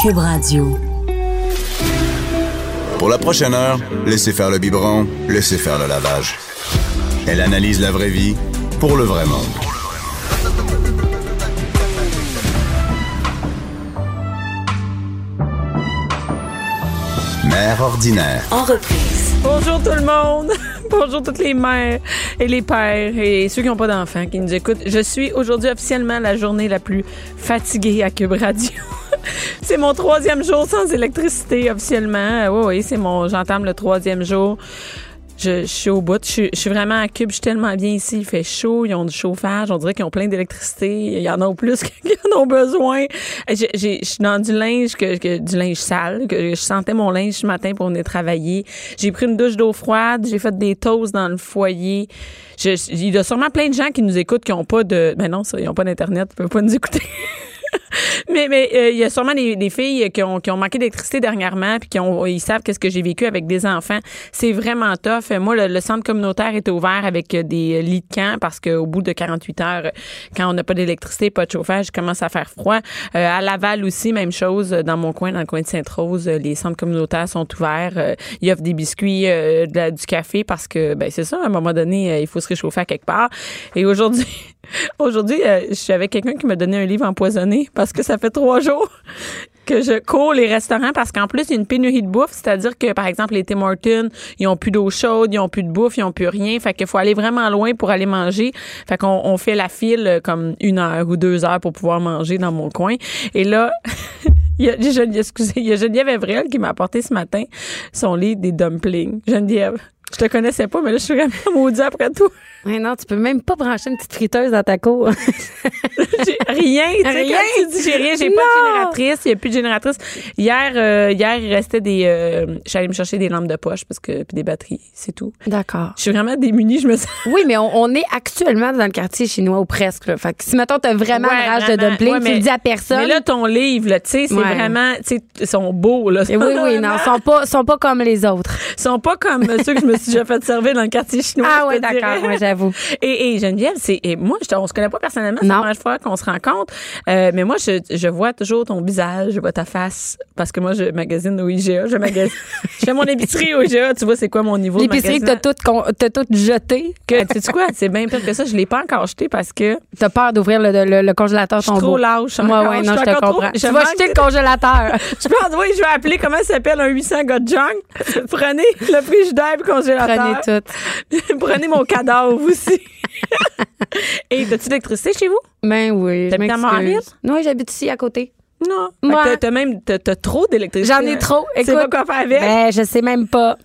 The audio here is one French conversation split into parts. Cube Radio. Pour la prochaine heure, laissez faire le biberon, laissez faire le lavage. Elle analyse la vraie vie pour le vrai monde. Mère ordinaire. En reprise. Bonjour tout le monde. Bonjour toutes les mères et les pères et ceux qui n'ont pas d'enfants qui nous écoutent. Je suis aujourd'hui officiellement la journée la plus fatiguée à Cube Radio. c'est mon troisième jour sans électricité officiellement. Euh, Oui, oui, c'est mon. J'entame le troisième jour. Je, je suis au bout. Je, suis- je suis vraiment à Cube. Je suis tellement bien ici. Il fait chaud. Ils ont du chauffage. On dirait qu'ils ont plein d'électricité. Il y en a au plus qu'ils en ont besoin. J'ai- j'ai- Je suis dans du linge, que, que- du linge sale. Que je sentais mon linge ce matin pour venir travailler. J'ai pris une douche d'eau froide. J'ai fait des toasts dans le foyer. Je- je- il y a sûrement plein de gens qui nous écoutent qui n'ont pas de. Ben non, ça, ils n'ont pas d'Internet. Ils peuvent pas nous écouter. Mais mais euh, il y a sûrement des, des filles qui ont, qui ont manqué d'électricité dernièrement puis qui ont ils savent qu'est-ce que j'ai vécu avec des enfants. C'est vraiment tough. Moi le, le centre communautaire était ouvert avec euh, des lits de camp parce qu'au bout de 48 heures euh, quand on n'a pas d'électricité, pas de chauffage, il commence à faire froid. Euh, à Laval aussi même chose euh, dans mon coin dans le coin de Sainte-Rose, euh, les centres communautaires sont ouverts, Euh, ils offrent des biscuits, euh, de la- du café parce que ben c'est ça à un moment donné euh, il faut se réchauffer à quelque part. Et aujourd'hui Aujourd'hui, euh, je suis avec quelqu'un qui m'a donné un livre empoisonné parce que ça fait trois jours que je cours les restaurants parce qu'en plus, il y a une pénurie de bouffe. C'est-à-dire que, par exemple, les Tim Hortons, ils ont plus d'eau chaude, ils ont plus de bouffe, ils ont plus rien. Fait qu'il faut aller vraiment loin pour aller manger. Fait qu'on on fait la file euh, comme une heure ou deux heures pour pouvoir manger dans mon coin. Et là, Il y a, Gene- excusez, il y a Geneviève Evrel qui m'a apporté ce matin son lit des dumplings. Geneviève, je te connaissais pas, mais là, je suis vraiment maudite après tout. Ouais, non, tu peux même pas brancher une petite friteuse dans ta cour. J'ai rien, tu sais, Rien. quand tu dis j'ai rien, j'ai pas de Non. génératrice, il n'y a plus de génératrice. Hier, euh, hier, il restait des, euh, j'allais me chercher des lampes de poche parce que puis des batteries, c'est tout. D'accord. Je suis vraiment démunie, je me sens. Oui, mais on, on est actuellement dans le quartier chinois ou presque. là. Fait que si, mettons, t'as vraiment Ouais, une rage de vraiment. dumpling, Ouais, tu mais- le dis à personne. Mais là, ton livre, là, tu sais, c'est Ouais. vraiment, tu sais, ils sont beaux là. Et oui, oui, non, ils sont pas, sont pas comme les autres. Ils sont pas comme ceux que je me suis déjà fait servir dans le quartier chinois. Ah je ouais, te dirais. d'accord, moi j'avoue. Et, et Geneviève, c'est et moi, je, te- on se connaît pas personnellement, c'est la Non. première fois qu'on se rencontre. Euh, mais moi, je, je vois toujours ton visage, je vois ta face, parce que moi, je magasine au IGA, je magasine, je fais mon épicerie au IGA. Tu vois, c'est quoi mon niveau de L'épicerie que t'as magasinage. toute con- t'as toute jetée, que tu sais quoi, c'est bien pire que ça. Je l'ai pas encore acheté parce que t'as peur d'ouvrir le, le, le congélateur je suis tombeau. trop lâche. Moi, encore. ouais, Je non, suis je te encore trop- comprends. je Tu vas manque jeter le de- congélateur. Je pense, oui, je vais appeler, comment ça s'appelle, un 800 gars de junk. Prenez le frigidaire et le congélateur. Prenez tout. Prenez mon cadavre aussi. et t'as-tu d'électricité chez vous? Ben oui. je T'habites à m'excuse. Montréal? Non, j'habite ici à côté. Non. Ouais. Fait que T'as t'as même t'as, t'as trop d'électricité. hein. J'en ai trop. Tu sais Écoute. pas quoi faire avec. Ben, je sais même pas.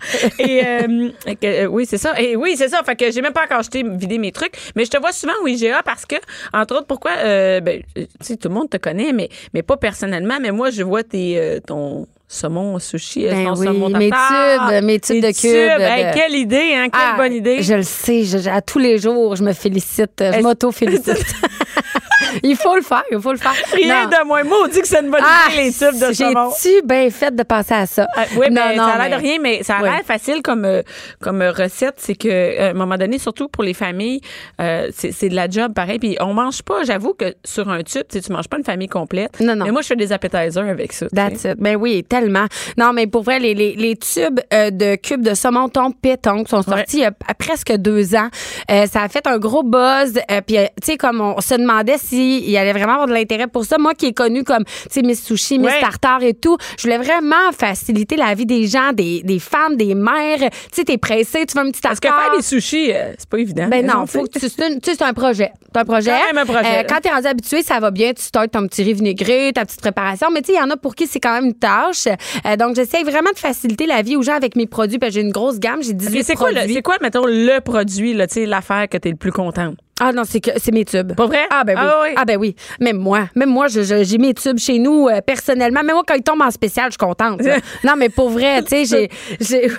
Et euh, et que, euh, oui, c'est ça. Et oui, c'est ça. Fait que j'ai même pas encore acheté vidé mes trucs, mais je te vois souvent au IGA parce que entre autres pourquoi euh, ben euh, tu sais tout le monde te connaît mais mais pas personnellement, mais moi je vois tes euh, ton saumon au sushi, euh, Ben ton oui, saumon mes tartare, tubes, mes tes tubes de cubes, Hey, de- quelle idée hein, quelle Ah, bonne idée. Je le sais, je- je- à tous les jours, je me félicite, euh, je Est-ce- m'auto-félicite. il faut le faire, il faut le faire. Rien Non. de moins maudit que c'est une bonne Ah, idée les tubes de saumon. J'ai-tu bien fait de penser à ça? Ah, oui, Non, mais non, ça a l'air de mais- rien, mais ça a Oui. l'air facile comme, euh, comme euh, recette. C'est que euh, à un moment donné, surtout pour les familles, euh, c'est c'est de la job pareil. Puis on mange pas, j'avoue que sur un tube, tu sais, tu manges pas une famille complète. Non, non. Mais moi, je fais des appetizers avec ça. tu sais. That's it. Ben oui, tellement. Non, mais pour vrai, les, les, les tubes euh, de cubes de saumon ton péton sont sortis Ouais. il y a p- presque deux ans. Euh, ça a fait un gros buzz. euh, Puis, euh, tu sais, comme on se demandait s'il y allait vraiment avoir de l'intérêt pour ça. Moi qui est connue comme, tu sais, Miss Sushi, Miss Ouais. Tartare et tout, je voulais vraiment faciliter la vie des gens, des, des femmes, des mères. Tu sais, t'es pressé, tu veux un petit Parce que tartare. faire des sushis, euh, c'est pas évident. Ben Mais non, faut que tu. C'est une- tu sais, c'est un projet. C'est un projet. Euh, Quand même un projet, là. quand t'es rendu habitué, ça va bien. Tu startes ton petit riz vinaigré, ta petite préparation. Mais tu sais, il y en a pour qui c'est quand même une tâche. Euh, donc, j'essaie vraiment de faciliter la vie aux gens avec mes produits. Parce que j'ai une grosse gamme. J'ai 18 Ok, c'est quoi, produits. le- c'est quoi, mettons, le produit, là, tu sais, l'affaire que t'es le plus contente? Ah non, c'est que c'est mes tubes. Pas vrai? Ah ben oui. Ah oui. ben oui. Même moi, même moi, je- je- j'ai mes tubes chez nous euh, personnellement. Même moi, quand ils tombent en spécial, je suis contente. là. non, mais pour vrai, tu sais, j'ai, j'ai-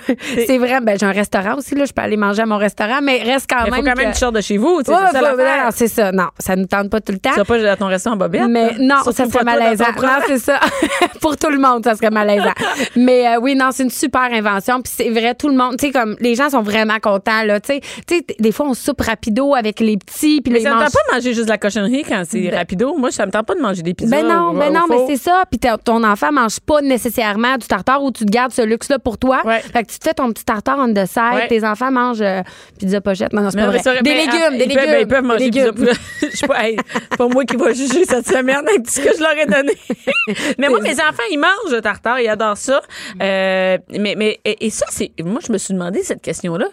c'est vrai. Ben j'ai un restaurant aussi là. Je peux aller manger à mon restaurant, mais reste Il quand Ah, même. faut quand même que que- tu sortes de chez vous, tu sais, Ouais, c'est ça ouais, l'affaire. non, non, c'est ça. Non, ça nous tente pas tout le temps. Tu vas pas à ton restaurant en bobette? là. Mais non, hein. Surtout ça pas toi serait dans ton malaisant. propre- Non, c'est ça. Pour tout le monde, ça serait malaisant. Mais euh, oui, non, c'est une super invention. Puis c'est vrai, tout le monde, tu sais, comme les gens sont vraiment contents, là. Tu sais, Tu sais, t- des fois, on soupe rapido avec les petits petit. Puis là, Mais ils ça me mangent- tente pas de manger juste de la cochonnerie quand c'est rapido. Moi, ça me tente pas de manger des pizzas. Ben non, au- ben au non, mais four. c'est ça. Puis ta- ton enfant mange pas nécessairement du tartare ou tu te gardes ce luxe-là pour toi. Ouais. Fait que tu te fais ton petit tartare on the side. Ouais. Tes enfants mangent euh, pizza pochette. Non, non, c'est Mais pas non, mais vrai. c'est vrai, Des mais légumes, en- des ils peuvent- légumes. ben, ils peuvent manger des pizza légumes. poulet. Je sais pas, hey, c'est pas moi qui va juger cette semaine avec tout ce que je leur ai donné. mais moi, mes enfants, ils mangent le tartare, ils adorent ça. Mm. Euh, mais, mais, et, et ça, c'est. Moi, je me suis demandé cette question-là.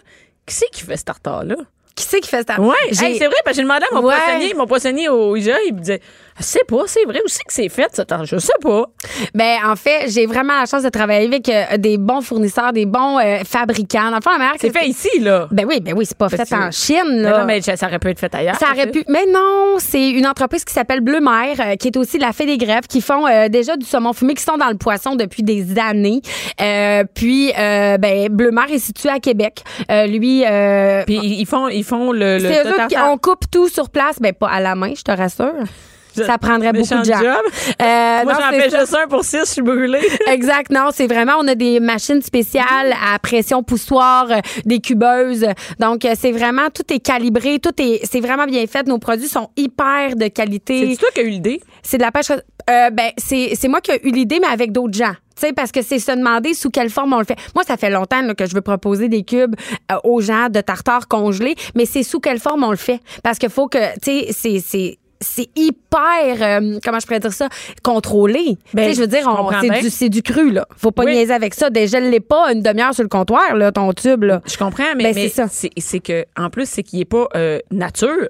Qui c'est qui fait ce tartare-là? Qui c'est qui fait ça? Oui, Ah, J'ai- c'est vrai, parce que j'ai demandé à mon Ouais. poissonnier, mon poissonnier au IGA, il me disait, je sais pas, c'est vrai, où c'est que c'est fait, ce tartare? Je sais pas. Ben, en fait, j'ai vraiment la chance de travailler avec euh, des bons fournisseurs, des bons euh, fabricants. Dans le fond, la meilleure C'est fait ici, là. Ben oui, ben oui, c'est pas Parce fait que- en Chine, Mais là. Ben non, mais ça ça aurait pu être fait ailleurs. Ça aurait pu. Mais non, c'est une entreprise qui s'appelle Bleu Mer, euh, qui est aussi la fée des grèves, qui font euh, déjà du saumon fumé, qui sont dans le poisson depuis des années. Euh, puis, euh, ben, Bleu Mer est situé à Québec. Euh, lui, euh, Puis ils ils font, ils font le, le c'est le eux autres qui tartare. on coupe tout sur place, ben pas à la main, je te rassure. Je- Ça prendrait beaucoup méchant de gens. job. Euh, Moi, non, j'en c'est fais ça. juste un pour six, je suis brûlée. Exact, non, c'est vraiment, on a des machines spéciales à pression poussoir, euh, des cubeuses. Donc, euh, c'est vraiment, tout est calibré, tout est, c'est vraiment bien fait. Nos produits sont hyper de C'est qualité. toi qui as eu l'idée. C'est de la pêche. Euh, ben, c'est c'est moi qui ai eu l'idée, mais avec d'autres gens. Tu sais, parce que c'est se demander sous quelle forme on le fait. Moi, ça fait longtemps là, que je veux proposer des cubes euh, aux gens de tartare congelé, mais c'est sous quelle forme on le fait. Parce qu'il faut que, tu sais, c'est- c'est. C'est hyper, euh, comment je pourrais dire ça, contrôlé. Ben, tu sais, je veux dire, je on- comprends c'est bien. du, c'est du cru, là. Faut pas Oui. niaiser avec ça. Déjà, l'ai pas une demi-heure sur le comptoir, là, ton tube, là. Je comprends, mais, Ben, mais c'est ça. c'est c'est que, en plus, c'est qu'il n'est pas euh, nature.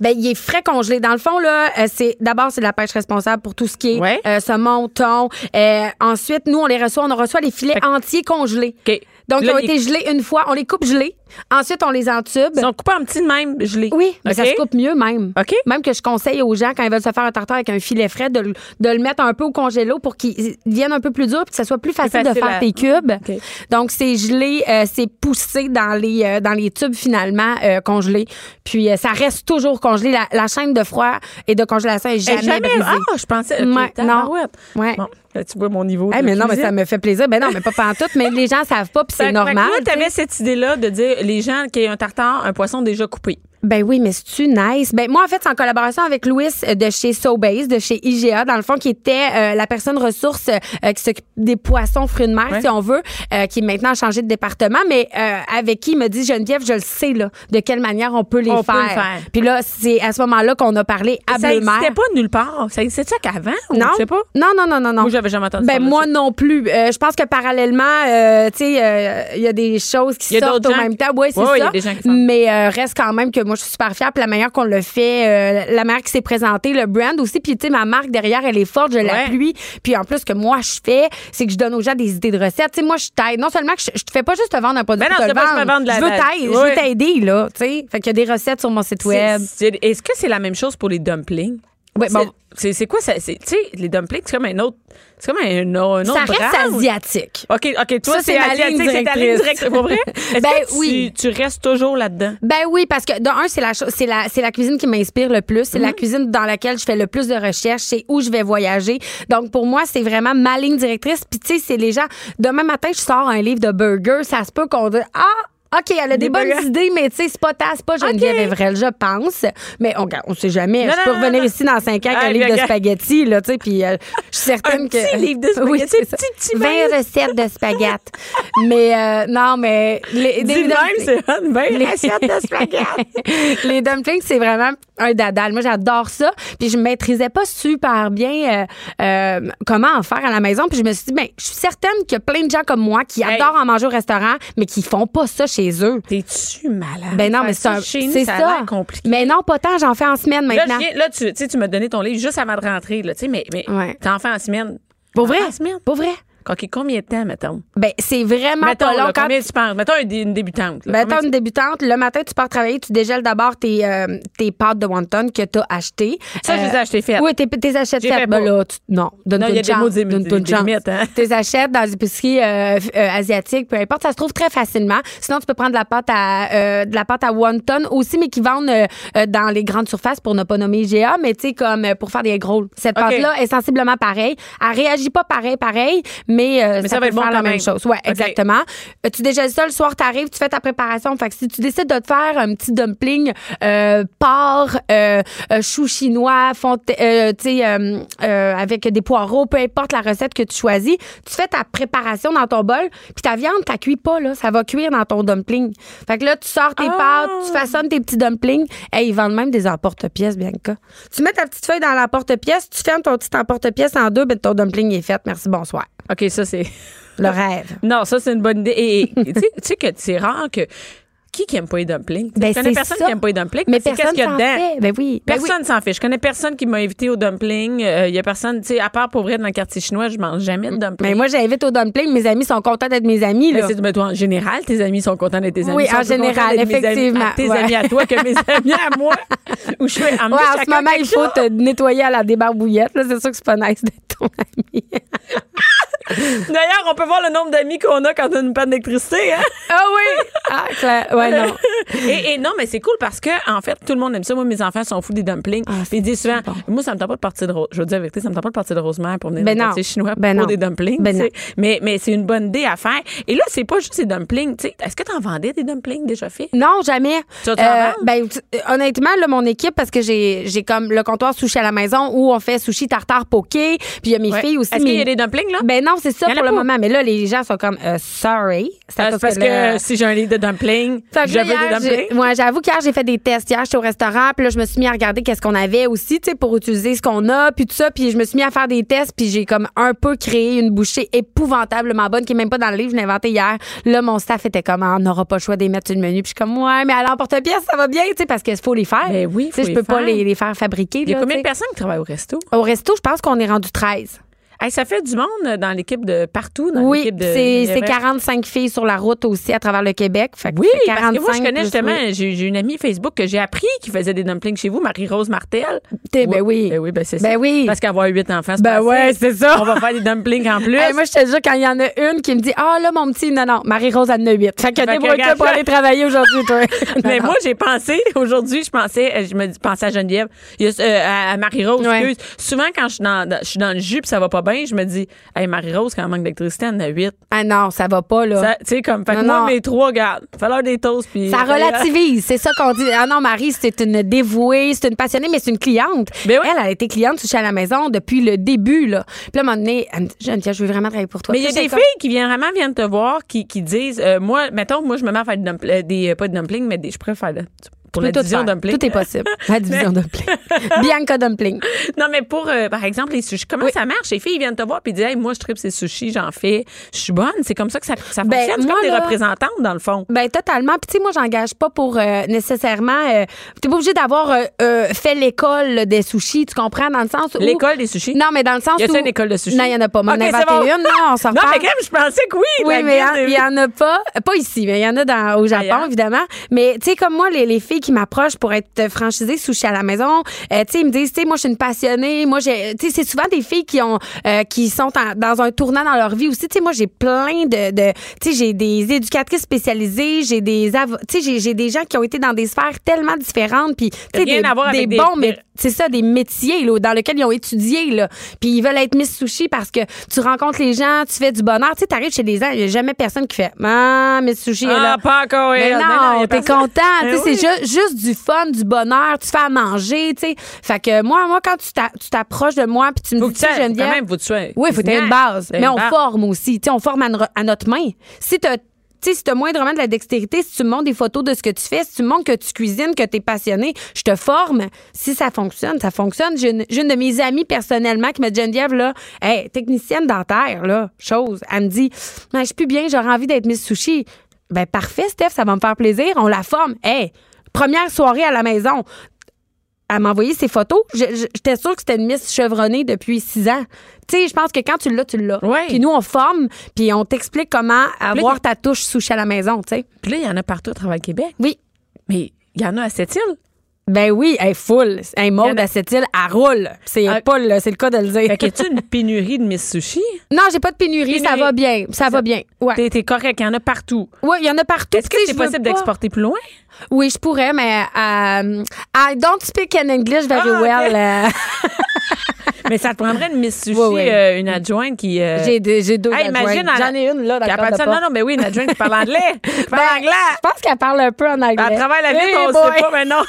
Ben, il est frais congelé. Dans le fond, là, euh, c'est d'abord c'est de la pêche responsable pour tout ce qui est Ouais. euh, saumon, thon. Euh, ensuite, nous, on les reçoit, on en reçoit les filets Fait que- entiers congelés. OK. Donc, Là, ils ont ils- été gelés une fois, on les coupe gelés. Ensuite, on les entube. Ils sont coupés en petits de même, je l'ai. Ben. Oui, mais ça OK? se coupe mieux même. OK. Même que je conseille aux gens quand ils veulent se faire un tartare avec un filet frais de, le- de le mettre un peu au congélo pour qu'il vienne un peu plus dur puis que ça soit plus facile, de facile faire à- tes cubes. OK. Donc c'est gelé, euh, c'est poussé dans les euh, dans les tubes finalement euh, congelés. Puis euh, ça reste toujours congelé. La, la chaîne de froid et de congélation est Eh, jamais, Jamais. brisée. Ah, je pensais. ok, Ouais, tabarouette. non. Ouais. Bon, là, tu vois mon niveau. Eh, de mais non, mais cuisine. ça me fait plaisir. Ben non, mais pas pantoute, mais les gens savent pas, puis Fait c'est que- normal. Fait que là, t'avais cette idée-là de dire les gens qui aient un tartare, un poisson déjà coupé. Ben oui, mais c'est-tu nice? Ben moi, en fait, c'est en collaboration avec Louis euh, de chez Sobase, de chez IGA, dans le fond, qui était euh, la personne ressource euh, qui s'occupe des poissons fruits de mer, Ouais. si on veut, euh, qui est maintenant changé de département, mais euh, avec qui il me dit, Geneviève, je le sais, là, de quelle manière on peut les On peut faire. le faire. Puis là, c'est à ce moment-là qu'on a parlé à ça Bleu-Mer. n'existait pas nulle part. Ça existait-tu qu'avant? ou Non? Je sais pas. Non, non, non, non, non. Moi, j'avais jamais entendu Ben parler de moi ça. non plus. Euh, je pense que parallèlement, euh, tu sais, euh, il y a des choses Il y qui a sortent d'autres au gens même qui- temps. Oui, c'est Ouais, ouais, il y a ça. des gens qui font. Mais euh, reste quand même que moi, je suis super fière. Puis la manière qu'on le fait, euh, la manière qui s'est présentée, le brand aussi. Puis tu sais, ma marque derrière, elle est forte, je l'appuie. Puis en plus, ce que moi je fais, c'est que je donne aux gens des idées de recettes. Tu sais, moi, je t'aide. Non seulement que je, je te fais pas juste te vendre un produit, Ben non, pour c'est te le pas juste me vendre. vendre la- je veux la- t'aider, Ouais. je veux t'aider là. Tu sais, fait qu'il y a des recettes sur mon site web. C'est- c'est- Est-ce que c'est la même chose pour les dumplings? Ouais, C'est- bon. C'est c'est quoi ça? C'est- Tu sais, les dumplings, c'est comme un autre. C'est comme un, un autre. Ça reste branche. asiatique. OK, OK. Toi, Ça, c'est c'est ma asiatique, ligne c'est ta ligne directrice. directe, c'est pas vrai? Est-ce Ben que tu, oui. tu restes toujours là-dedans? Ben oui, parce que de un, c'est la cho- c'est la c'est la cuisine qui m'inspire le plus, c'est la Mm-hmm. cuisine dans laquelle je fais le plus de recherches, c'est où je vais voyager. Donc pour moi, c'est vraiment ma ligne directrice. Puis tu sais, c'est les gens. Demain matin, je sors un livre de burgers, ça se peut qu'on dise ah. OK, elle a des, Des bonnes burgers. idées, mais tu sais, c'est pas ta, c'est pas Geneviève Evrel, je pense. Mais on, on sait jamais. Non, je peux non, non, revenir non. ici dans cinq ans avec Ah, un livre de regarde. spaghettis, là, tu sais, puis euh, je suis certaine Un que... petit livre de Oui, spaghettis, c'est ça. petit, petit 20 recettes de spaghettis. mais euh, non, mais... Les, Dis des- de même, c'est un bain. les- Assiette de spaghetti. les dumplings, c'est vraiment un dadal. Moi, j'adore ça. Puis je maîtrisais pas super bien euh, euh, comment en faire à la maison. Puis je me suis dit, ben, je suis certaine qu'il y a plein de gens comme moi qui Hey. adorent en manger au restaurant, mais qui font pas ça chez eux. T'es-tu malade? Ben non, mais Faire c'est un- chez nous, c'est ça. a ça. l'air compliqué. Mais non, pas tant. J'en fais en semaine Là, maintenant. je viens- là, tu, tu sais, tu m'as donné ton livre juste avant de rentrer, là, tu sais, mais, mais Ouais. t'en fais en semaine. Pour T'en vrai? fais En semaine. Pas vrai? OK, combien de temps, mettons? Ben, c'est vraiment mettons, pas long. là, Quand combien tu penses? Mettons une, dé- une débutante. là, Ah, Ben, combien t'es une débutante, le matin, tu pars travailler, tu dégèles d'abord tes, euh, tes pâtes de wonton que t'as achetées. Euh, Ça, je les ai achetées faites. Oui, t'es, t'es achètes J'ai fait faites. pas. Ben là, tu- non, Non, donne-toi il y a une des mots, chance. des- Donne-toi des- une des chance. limites, hein. T'es achètes dans les épiceries euh, f- euh, asiatiques, peu importe. Ça se trouve très facilement. Sinon, tu peux prendre de la pâte à, euh, de la pâte à wonton aussi, mais qui vendent euh, euh, dans les grandes surfaces pour ne pas nommer IGA, mais tu sais, comme euh, pour faire des gros. Cette OK. pâte-là est sensiblement pareille. Elle réagit pas pareil, pareil, mais mais, euh, Mais ça va peut être bon faire la quand même même. chose. Ouais, OK. exactement. Euh, tu déjeunes ça le soir, t'arrives, tu fais ta préparation. Fait que si tu décides de te faire un petit dumpling euh, porc, euh, euh, chou chinois, fonte, euh, tu sais, euh, euh, avec des poireaux, peu importe la recette que tu choisis, tu fais ta préparation dans ton bol, puis ta viande, t'as cuit pas là, ça va cuire dans ton dumpling. Fait que là, tu sors tes Ah! pâtes, tu façonnes tes petits dumplings. et ils vendent même des emporte-pièces, Bianca. Tu mets ta petite feuille dans l'emporte-pièce, tu fermes ton petit emporte-pièce en deux, ben ton dumpling est fait. Merci, bonsoir. OK, ça, c'est. Le rêve. Non, ça, c'est une bonne idée. Et et, tu sais- tu sais que c'est rare que. Qui qui aime pas les dumplings? Ben, je connais c'est personne ça. qui aime pas les dumplings. Mais parce que personne qu'est-ce qu'il y a s'en dedans? fait. Ben oui. Ben oui. Personne s'en fait. Je connais personne qui m'a invité au dumpling. Il y a personne, tu sais, à part pour vrai dans le quartier chinois, je mange jamais de dumpling. Mais Ben, moi, j'invite au dumpling. Mes amis sont contents d'être mes amis. Mais Là. Ben, c'est- mais toi, en général, tes amis sont contents d'être tes amis. Oui, Ils sont en plus contents général, d'être mes amis- effectivement, à tes ouais. amis à toi que mes amis à moi. Où je fais en Ouais, en ce moment, il faut te nettoyer à la débarbouillette. là. C'est sûr que c'est pas nice d'être ton ami. D'ailleurs, on peut voir le nombre d'amis qu'on a quand on a une panne d'électricité. Hein? ah oui! Ah, clair. Ouais, non. et, et non, mais c'est cool parce que, en fait, tout le monde aime ça. Moi, mes enfants sont fous des dumplings. Ah, Puis ils disent souvent, moi, ça me tente pas de partir de Rosemère. Je veux dire avec toi, ça me tente pas de partir de Rosemère pour venir Ben dans le non. quartier chinois Ben pour non. des dumplings. Ben tu non. sais. mais mais c'est une bonne idée à faire. Et là, c'est pas juste des dumplings. tu sais. Est-ce que t'en vendais des dumplings déjà faits? Non, jamais. Tu vas-tu en vendre? ben, tu- euh, honnêtement, là, mon équipe, parce que j'ai j'ai comme le comptoir sushi à la maison où on fait sushi tartare poké. Puis il y a mes Ouais. filles aussi. Est-ce mais- qu'il y a des dumplings, là? Ben non, c'est ça Il y en a pour le pas. moment. Mais là, les gens sont comme, euh, sorry. C'est à Ah, cause c'est parce que, le- si j'ai un livre de dumplings, Fait que je veux là, des hier, j'ai- dumplings. ouais, j'avoue qu'hier, j'ai fait des tests. Hier, j'étais au restaurant, puis là, je me suis mis à regarder qu'est-ce qu'on avait aussi, tu sais, pour utiliser ce qu'on a, puis tout ça. Puis je me suis mis à faire des tests, puis j'ai comme un peu créé une bouchée épouvantablement bonne qui est même pas dans le livre, je l'ai inventée hier. Là, mon staff était comme, Ah, on n'aura pas le choix de les mettre sur le menu. Puis je suis comme, ouais, mais à l'emporte-pièce, ça va bien, tu sais, parce qu'il faut les faire. Ben oui, faut Tu sais, je les peux pas faire. les, les faire fabriquer. Il y a là, combien de tu sais. personnes qui travaillent au resto? Au resto, je pense qu'on est rendu 13. Hey, ça fait du monde euh, dans l'équipe de partout. Dans Oui, l'équipe de c'est c'est Lévesque. 45 filles sur la route aussi à travers le Québec. Fait que Oui, c'est parce que moi, je 45 connais plus- justement, oui. j'ai j'ai une amie Facebook que j'ai appris qui faisait des dumplings chez vous, Marie-Rose Martel. T'es- ben oui. Ben oui, ben c'est Ben ça. oui. Parce qu'avoir huit enfants, c'est Ben pas ouais, assez. c'est ça. On va faire des dumplings en plus. Hey, moi, je te jure, quand il y en a une qui me dit Ah, là, mon petit, non, non, Marie-Rose, elle en a 8. Fait que que débrouille-toi regarde pour ça. aller travailler aujourd'hui, toi. Non, mais non. moi, j'ai pensé, aujourd'hui, je pensais, euh, je me dis- pensais à Geneviève, il y a- euh, à à Marie-Rose, Ouais. excuse. Souvent, quand je suis dans, dans- je suis dans le jus pis ça va pas bien, je me dis, hey, Marie-Rose, quand elle manque d'électricité, elle en a huit. Ah non, ça va pas, là. Ça, Ça, Tu sais, comme, fait que Non, moi, non. mes trois, regarde, falloir des toasts puis. relativise. C'est ça qu'on dit. Ah non, Marie, c'est une dévouée, c'est une passionnée, mais c'est une cliente. Ben oui. Elle, elle a été cliente chez à la maison depuis le début, là. Puis là, à un moment donné, elle me dit Geneviève, je veux vraiment travailler pour toi. Mais il y a Puis là, des j'étais filles qui viennent vraiment viennent te voir qui, qui disent euh, moi mettons moi je me mets à faire des, dumpl- euh, des euh, pas de dumplings mais des je préfère le- pour comme, la Tout division faire. dumpling. Tout est possible. La division dumpling. Bianca dumpling. non mais pour euh, par exemple les sushis comment ça marche les filles viennent te voir puis disent hey, moi je tripe ces sushis j'en fais je suis bonne c'est comme ça que ça, ça Ben, fonctionne c'est moi, comme des là- représentantes dans le fond. Ben totalement. Puis tu sais, moi, j'engage pas pour euh, nécessairement. euh, T'es pas obligé d'avoir euh, euh, fait l'école des sushis, tu comprends dans le sens où. L'école des sushis. Non, mais dans le sens Y a-t-il où- une école de sushis Non, y en a pas. M'en Ok, inventer c'est bon. une. Non, on s'en Non reparle. mais quand même je pensais que oui. Oui, la mais guilde il des- y en a pas. Pas ici, mais il y en a dans, au Japon, Ailleurs. évidemment. Mais, tu sais, comme moi, les, les filles qui m'approchent pour être franchisées sushi à la maison, euh, tu sais, ils me disent, tu sais, moi, je suis une passionnée. Moi, j'ai, tu sais, c'est souvent des filles qui ont, euh, qui sont en- dans un tournant dans leur vie aussi. Tu sais, moi, j'ai plein de, de tu sais, j'ai des éducatrices spécialisées, j'ai des, avo- tu sais, j'ai- j'ai des gens qui ont été dans des sphères tellement différentes. Puis, tu sais, Rien des, à voir des avec des- bons, des- mé- c'est ça, des métiers là, dans lesquels ils ont étudié. Là. Puis ils veulent être Miss Sushi parce que tu rencontres les gens, tu fais du bonheur. Tu sais, t'arrives chez les gens, il n'y a jamais personne qui fait Ah, Miss Sushi est ah là. pas encore Mais elle. non, Mais non, y a t'es personne. content. Tu sais, Ben oui. C'est ju- juste, du fun, du bonheur. Tu fais à manger, tu sais. Fait que moi, moi quand tu t'a- tu t'approches de moi puis tu me Faut dis, que tu sais, tu aies- Geneviève- quand même, faut que tu aies- Oui, faut que t'aies une base. T'as Mais une on base. forme aussi. Tu sais, on forme à, no- à notre main. Si t'as tu sais, si t'as moindrement de la dextérité, si tu me montres des photos de ce que tu fais, si tu me montres que tu cuisines, que tu es passionné, je te forme. Si ça fonctionne, ça fonctionne. J'ai une, j'ai une de mes amies personnellement qui m'a dit Geneviève, là, hey, technicienne dentaire, là, chose. Elle me dit Ben, Je suis plus bien, j'aurais envie d'être Miss Sushi. Ben, parfait, Steph, ça va me faire plaisir. On la forme. Hey, première soirée à la maison. Elle m'a envoyé ses photos. Je- je- J'étais sûre que c'était une Miss chevronnée depuis six ans. Tu sais, je pense que quand tu l'as, tu l'as. Ouais. Puis nous, on forme, puis on t'explique comment avoir ta touche souche à la maison, tu sais. Puis là il y en a partout à travers le Québec. Oui. Mais il y en a à cette île. Ben oui, elle est full. Il Elle y en mode a- à cette île, elle roule. C'est Ah. pas le, c'est le cas de le dire. Fait que tu une pénurie de Miss Sushi? Non, j'ai pas de pénurie, ça Pénurie. va bien. Ça, va bien. Ouais. T'es, t'es correct, il y en a partout. Ouais, il y en a partout. Est-ce que tu sais, c'est je veux possible pas- d'exporter plus loin? Oui, je pourrais, mais euh, I don't speak in English very Ah, ok. well. euh. Mais ça te prendrait une Miss Sushi, Ouais, ouais. euh, une adjointe qui. euh, J'ai deux, j'ai deux Hey, adjointes. imagine, elle- J'en ai une, là, qui a pas d'accord. de ça. Non, non, mais oui, une adjointe qui parle anglais. Qui parle anglais. Je pense qu'elle parle un peu en anglais. Elle travaille la vie, Ben, Hey on boy. sait pas, mais non.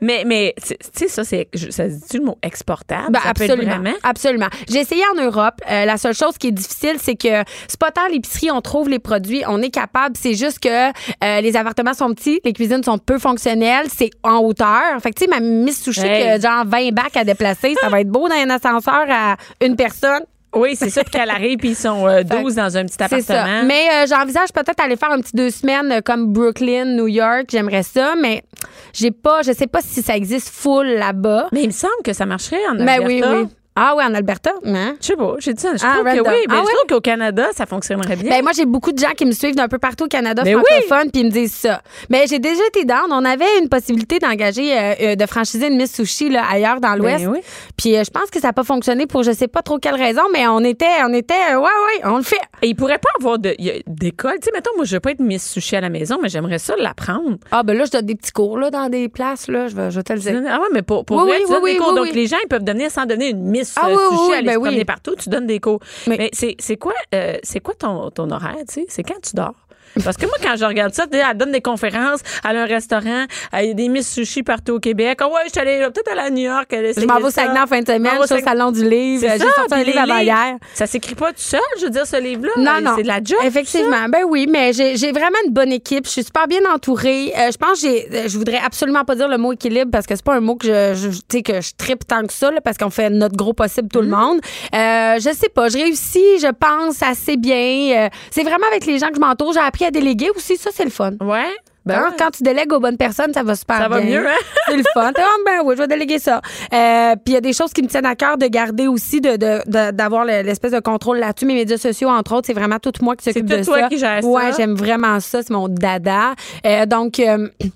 mais, mais tu tu sais, ça, c'est, je- ça se dit-tu le mot exportable? Ben, ça absolument, peut être vraiment. absolument. J'ai essayé en Europe. Euh, la seule chose qui est difficile, c'est que c'est pas tant l'épicerie, on trouve les produits, on est capable. C'est juste que euh, les appartements sont petits, les cuisines sont peu fonctionnelles, c'est en hauteur. Fait que tu sais, ma mise sushi Hey. que genre 20 bacs à déplacer, ça va être beau dans un ascenseur à une personne. Oui, c'est ça, puis qu'elle arrive, puis ils sont euh, Fait que 12 dans un petit C'est appartement. ça. Mais euh, j'envisage peut-être aller faire un petit deux semaines euh, comme Brooklyn, New York. J'aimerais ça, mais j'ai pas, je sais pas si ça existe full là-bas. Mais il me semble que ça marcherait en Mais Alberta. oui, oui. Ah oui, en Alberta. Hein? Je sais pas, j'ai dit ça. Je Ah, trouve que random. oui, mais Ah je ouais? trouve qu'au Canada, ça fonctionnerait bien. Ben, moi, j'ai beaucoup de gens qui me suivent d'un peu partout au Canada Ben francophone, puis ils me disent ça. Mais j'ai déjà été down. On avait une possibilité d'engager, euh, euh, de franchiser une Miss Sushi là, ailleurs dans l'Ouest. Ben oui. Puis euh, je pense que ça n'a pas fonctionné pour je sais pas trop quelle raison, mais on était, on était, euh, ouais, ouais, on le fait. Et il pourrait pas avoir de- y a- d'école. Tu sais, mettons, moi, je veux pas être Miss Sushi à la maison, mais j'aimerais ça l'apprendre. Ah, ben là, je donne des petits cours là, dans des places, là. Je vais, je vais te le dire. Ah ouais, mais pour, pour Oui, vrai, oui, tu donnes oui, des oui, cours. oui, Donc, oui. les gens, ils peuvent devenir, sans donner une Miss Ah euh, oui, oui, Sushi, oui, aller ben se oui. promener partout, tu donnes des cours. Mais, Mais- c'est c'est quoi, euh, c'est quoi ton, ton horaire, tu sais? C'est quand tu dors? Parce que moi, quand je regarde ça, tu sais, elle donne des conférences, elle a un restaurant, elle- il y a des Miss Sushi partout au Québec. Ah ouais, je suis allée euh, peut-être aller à New York. aller Je m'en essayer vais au ça. Saguenay en fin de Je m'en semaine, vais au je suis au Saguenay. salon du livre. C'est J'ai ça, sorti un puis livre les avant livres, hier. Ça s'écrit pas tout seul, je veux dire, ce livre-là. euh, Non, non. C'est de la job. Effectivement. Ben oui, mais j'ai j'ai vraiment une bonne équipe. Je suis super bien entourée. Euh, je pense que j'ai- euh, je voudrais absolument pas dire le mot équilibre parce que c'est pas un mot que je, je- tu sais, que je tripe tant que ça, là, parce qu'on fait notre gros possible Mm-hmm. tout le monde. Euh, je sais pas. Je réussis, je pense, assez bien. Euh, c'est vraiment avec les gens que je m'entoure. J'ai appris à déléguer aussi. Ça, c'est le fun. ça. Ouais. Ben, Hein, Quand tu délègues aux bonnes personnes, ça va super Ça va bien. mieux, hein? C'est le fun. T'es, Ah, ben oui, je vais déléguer ça. Euh, Puis il y a des choses qui me tiennent à cœur de garder aussi, de, de- de- d'avoir le- l'espèce de contrôle là-dessus. Mes médias sociaux, entre autres, c'est vraiment tout moi qui s'occupe C'est tout de toi ça. qui gères ça. Ouais, j'aime vraiment ça. C'est mon dada. Euh, donc... euh,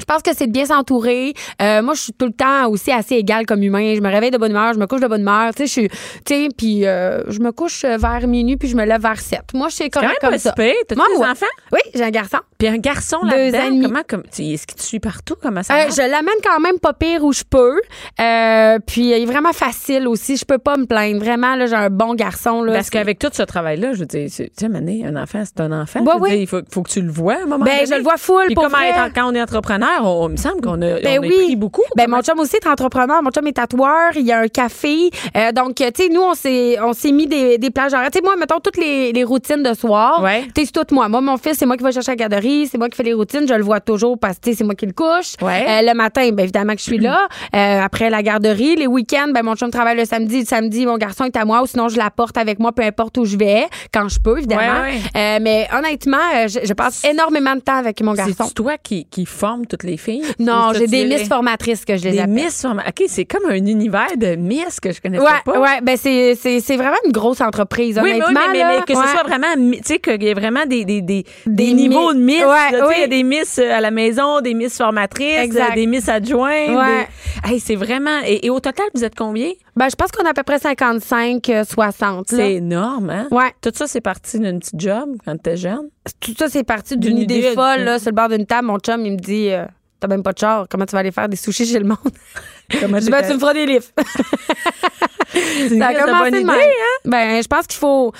je pense que c'est de bien s'entourer. Euh, moi, je suis tout le temps aussi assez égale comme humain. Je me réveille de bonne humeur, je me couche de bonne humeur. Tu sais, je suis, tu sais, puis euh, je me couche vers minuit puis je me lève vers 7. Moi, je suis quand même correcte comme pas ça. si pire. T'as-tu Moi, des ouais. enfants? Oui, j'ai un garçon. Puis un garçon Deux ans et là-dedans, demi. comment, comme, tu- est-ce qu'il te suit partout? Comment ça Euh, marche? je l'amène quand même pas pire où je peux. Euh, puis il est vraiment facile aussi. Je peux pas me plaindre. Vraiment, là, j'ai un bon garçon. Là, Parce C'est- qu'avec tout ce travail-là, je veux dire, c'est- tu sais, Mané, un enfant, c'est un enfant. Ouais, Je veux oui. dire, il faut, faut que tu le vois à un moment Ben, donné. je le vois full, Puis pour comment vrai. être- quand on est entrepreneur, on, il me semble qu'on a, on a Ben oui. pris beaucoup. Ben, Comment- mon chum aussi est entrepreneur. Mon chum est tatoueur. Il a un café. Euh, donc, euh, tu sais, nous, on s'est, on s'est mis des, des plages horaires. Tu sais, moi, mettons toutes les, les routines de soir. Ouais. T'es sur toute moi. Moi, mon fils, c'est moi qui vais chercher à la garderie. C'est moi qui fais les routines. Je le vois toujours parce que, tu sais, c'est moi qui le couche. Ouais. Mm-hmm. Euh, le matin, ben, évidemment que je suis là. Euh, après la garderie, les week-ends, ben, mon chum travaille le samedi. Le samedi, mon garçon est à moi ou sinon, je l'apporte avec moi, peu importe où je vais, quand je peux, évidemment. Ouais, ouais. Euh, mais honnêtement, euh, je, je passe énormément de temps avec mon garçon. C'est toi qui, qui forme toutes les filles? Non, Ou ça, j'ai tu des les- miss formatrices que je les Des appelle. miss form- OK, c'est comme un univers de miss que je connaissais Ouais, pas. ouais, ben c'est, c'est, c'est vraiment une grosse entreprise, Oui, mais, oui, honnêtement. mais, mais- là. mais que Ouais. ce soit vraiment, mi- tu sais, qu'il y ait vraiment des, des, des, Des des niveaux de miss. mi- là, ouais, tu sais, Il y a oui. des miss euh, à la maison, des miss formatrices, Exact. euh, des miss adjointes. Ouais. des- Hey, c'est vraiment. Et, et au total, vous êtes combien? Ben, je pense qu'on a à peu près 55, euh, 60. là. C'est énorme, hein? Ouais. Tout ça, c'est parti d'une petite job quand t'étais jeune. Tout ça, c'est parti D'une d'une idée, idée, folle, d'une- là, sur le bord d'une table. Mon chum, il me dit, euh, t'as même pas de char, comment tu vas aller faire des sushis chez le monde? Comment Je dis, ben, tu me feras des livres. Ça a commencé de bonne même. idée. hein? Ben, je pense qu'il faut.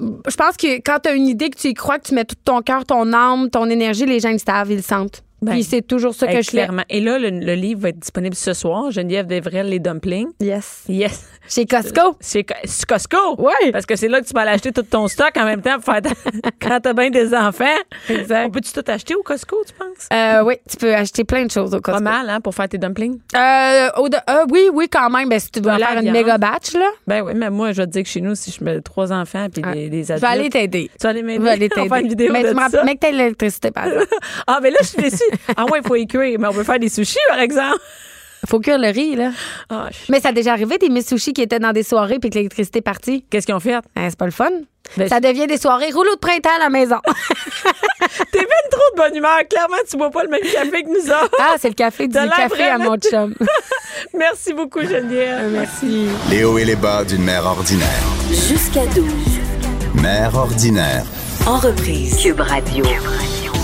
Je pense que quand tu as une idée, que tu y crois, que tu mets tout ton cœur, ton âme, ton énergie, les gens ils le savent, ils le sentent. Ben, Puis c'est toujours ça que Hey, je fais. clairement. Et là, le, le livre va être disponible ce soir. Geneviève Devrel, les dumplings. Yes. Yes. Chez Costco. C'est co- c'est Costco. Ouais. Parce que c'est là que tu vas aller acheter tout ton stock en même temps pour faire ta- quand t'as bien des enfants. Exact. On peut-tu tout acheter au Costco, tu penses? Euh, oui, tu peux acheter plein de choses au Pas Costco. mal, hein, pour faire tes dumplings. Euh, au de- euh, oui, oui, quand même. Ben, si tu dois La faire une viande. méga batch, là, Ben oui, mais moi, je vais te dire que chez nous, si je mets trois enfants puis des, Ouais. des Ah. adultes. je vais aller t'aider. Tu vas aller Je m'aider. vais aller On va faire une t'aider. vidéo Mais de tu me ça. rappelles que t'as l'électricité, par exemple. Ah, mais là, je suis déçue. Ah ouais, il faut y cuire. Mais on peut faire des sushis, par exemple. Faut cuire le riz, là. Ah, je- Mais ça a déjà arrivé des Miss Sushi qui étaient dans des soirées puis que l'électricité est partie. Qu'est-ce qu'ils ont fait? Hein, c'est pas le fun. Ben, ça devient des soirées rouleaux de printemps à la maison. T'es bien trop de bonne humeur. Clairement, tu bois pas le même café que nous autres. ah, c'est le café du T'as l'air café à vraiment- mon chum. Merci beaucoup, Geneviève. Euh, Merci. Les hauts et les bas d'une mère ordinaire. Jusqu'à 12. Mère ordinaire. En reprise. Cube Radio.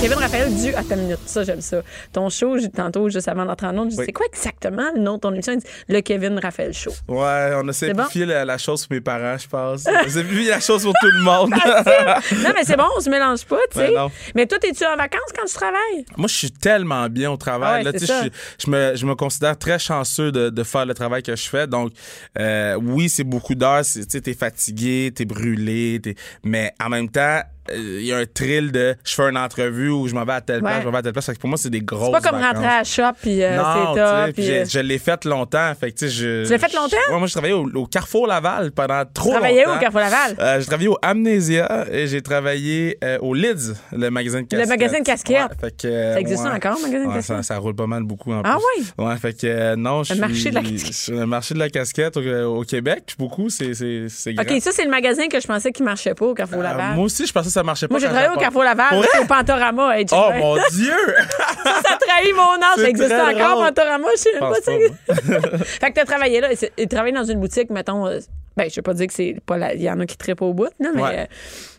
Kevin Raphaël, dû à ta minute. Ça, j'aime ça. Ton show, j'ai- tantôt, juste avant d'entrer en onde, je dis, Oui. c'est quoi exactement le nom de ton émission? Il dit, le Kevin Raphaël Show. Ouais, on a bon? simplifié la, la chose pour mes parents, je pense. On a simplifié la chose pour tout le monde. Ah, non, mais c'est bon, on se mélange pas, tu sais. Ah. Ben non. mais toi, es-tu en vacances quand tu travailles? Moi, je suis tellement bien au travail. Ah ouais, là, tu c'est sais, ça. je, suis- je me, je me considère très chanceux de, de faire le travail que je fais. Donc, euh, oui, c'est beaucoup d'heures. c'est- Tu sais, t'es fatigué, t'es brûlé, t'es- mais en même temps, euh, il y a un thrill de je fais une entrevue ou je m'en vais à telle place, Ouais. je m'en vais à telle place. Fait que pour moi, c'est des grosses C'est pas comme vacances. rentrer à la shop puis euh, Non, c'est tu top. sais, puis puis, euh, j'ai- je l'ai faite longtemps. Fait que, tu sais, je, Tu l'as faite longtemps? Ouais, moi, je travaillais au, au Carrefour Laval pendant trop Travaillais où, longtemps. au Carrefour Laval? Euh, j'ai travaillé au Amnesia et j'ai travaillé euh, au Lids, le magazine de casquettes. magazine de casquettes. Ouais, fait que, euh, Ça existe ouais. encore, le magazine de Ouais, ça, casquettes? ça roule pas mal beaucoup en Ah plus. Ouais, fait que euh, non, je Le marché suis- de la casquette. sur Le marché de la casquette au, au Québec, puis beaucoup, c'est, c'est, c'est grand. OK, ça, c'est le magasin que je pensais qu'il marchait pas au Carrefour Euh, Laval. moi aussi, je pensais que ça marchait pas. Moi, j'ai quand travaillé au j'étais Carrefour pas- Pour Laval, vrai? au E Pantorama. hey, Oh Jim. mon Dieu! Ça trahit mon âge. Ça C'est existe très encore, drôle. Pantorama. Je sais même pas. Pense tu sais. fait que t'as travaillé là. et c'est- Et travaillé dans une boutique, mettons. euh, ben, je veux pas dire que c'est pas la. Il y en a qui trippent au bout, non, mais. Ouais. euh,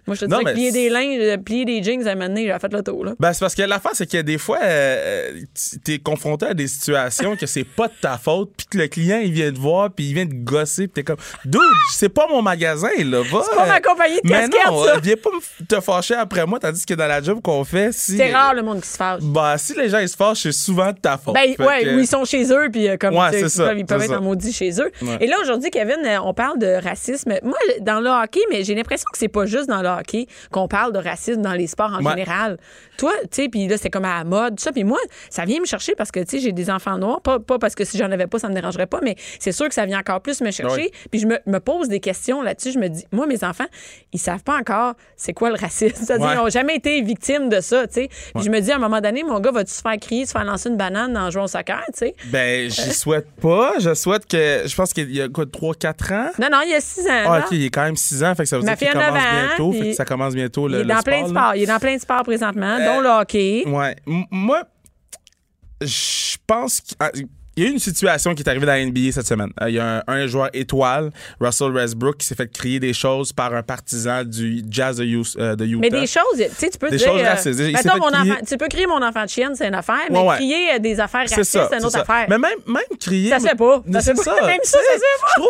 moi, je te Non, dirais que mais plier des c'est- linges, euh, plier des jeans, à un moment donné, j'ai fait le tour, là. Ben, c'est parce que l'affaire, c'est que des fois, euh, tu- t'es confronté à des situations que c'est pas de ta faute, puis que le client, il vient te voir, puis il vient te gosser, puis t'es comme, dude, c'est pas mon magasin, là, va. C'est pas ma compagnie de Mais casquettes, non, ça. euh, viens pas me- te fâcher après moi, tandis que dans la job qu'on fait, si. C'est rare le monde qui se fâche. Ben, si les gens, ils se fâchent, c'est souvent de ta faute. Ben, Fait ouais, que- où ils sont chez eux, puis euh, comme Ouais, tu sais, c'est ils ça, peuvent, ils peuvent c'est être ça. en maudit chez eux. Ouais. Et là, aujourd'hui, Kevin, euh, on parle de racisme. Moi, dans le hockey, mais j'ai l'impression que c'est pas juste dans le hockey qu'on parle de racisme dans les sports en Ouais. général. Toi, tu sais, puis là, c'est comme à la mode, tout ça. Puis moi, ça vient me chercher parce que, tu sais, j'ai des enfants noirs. Pas, pas parce que si j'en avais pas, ça me dérangerait pas, mais c'est sûr que ça vient encore plus me chercher. Ouais. Puis je me, me pose des questions là-dessus. Je me dis, moi, mes enfants, ils savent pas encore c'est quoi le racisme. C'est-à-dire, Ouais. ils ont jamais été victimes de ça, tu sais. Puis je me dis, à un moment donné, mon gars, va-tu se faire crier, se faire lancer une banane en jouant au soccer, tu sais? Ben, j'y souhaite pas. Je souhaite que. Je pense qu'il y a quoi, 3-4 ans? Non, non, il y a six ans. Ah, là. ok, il est quand même 6 ans, fait que ça veut Ma dire qu'il fille a commence neuf ans, bientôt. Fait puis que ça commence bientôt le. il est le dans plein de sport, là. Euh, sports. Il est dans plein de sports présentement, dont le hockey. Ouais. M- moi, je pense qu'il ah, y a eu une situation qui est arrivée dans la NBA cette semaine. Euh, Il y a un, un joueur étoile, Russell Westbrook, qui s'est fait crier des choses par un partisan du Jazz de, Us- euh, de Utah. Mais des choses, tu sais, tu peux Des dire. euh, choses racistes. Il s'est mettons, fait mon crier- enfant, tu peux crier mon enfant de chienne, c'est une affaire, mais Ouais, ouais. crier euh, des affaires racistes, c'est une autre ça. affaire. Mais même, même crier. Ça se fait pas. Mais Ça c'est se fait pas. Même tu ça, ça sais, Je trouve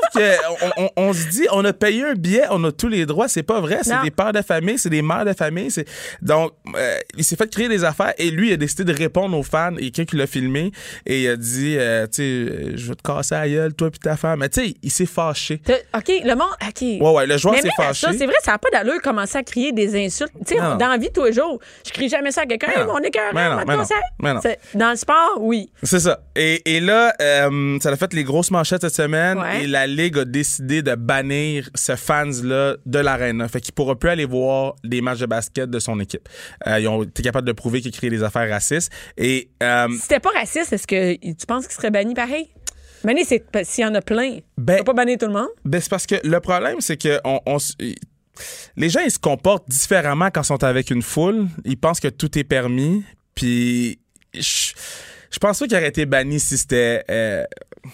qu'on on, on se dit, on a payé un billet, on a tous les droits. C'est pas vrai. C'est Non. des pères de famille, c'est des mères de famille. c'est- Donc, euh, il s'est fait créer des affaires et lui, il a décidé de répondre aux fans. Il y a quelqu'un qui l'a filmé et il a dit, euh, tu sais, euh, je vais te casser la gueule, toi puis ta femme. Mais tu sais, il s'est fâché. T'as- OK, le monde. OK. Ouais, ouais, le joueur mais s'est même à fâché. ça, C'est vrai, ça n'a pas d'allure de commencer à crier des insultes. Tu sais, Non. dans la vie de tous les jours, je crie jamais ça à quelqu'un. Mais Hey, non. mon écœur, Mais non, mon mais non, concert. mais non. C'est- Dans le sport, oui. C'est ça. Et, et là, euh, ça a fait les grosses manchettes cette semaine Ouais. et la Ligue a décidé de bannir ce fans-là de l'aréna. Fait qu'il pourra plus aller voir des matchs de basket de son équipe. Euh, ils ont été capables de prouver qu'ils créent des affaires racistes. Et euh, Si c'était pas raciste, est-ce que tu penses qu'il serait banni pareil? Banni, c'est parce- s'il y en a plein. Ben- tu peux pas bannir tout le monde. ben, c'est parce que le problème, c'est que on, on s- les gens, ils se comportent différemment quand ils sont avec une foule. Ils pensent que tout est permis. Puis, je, je pense pas qu'il aurait été banni si c'était euh,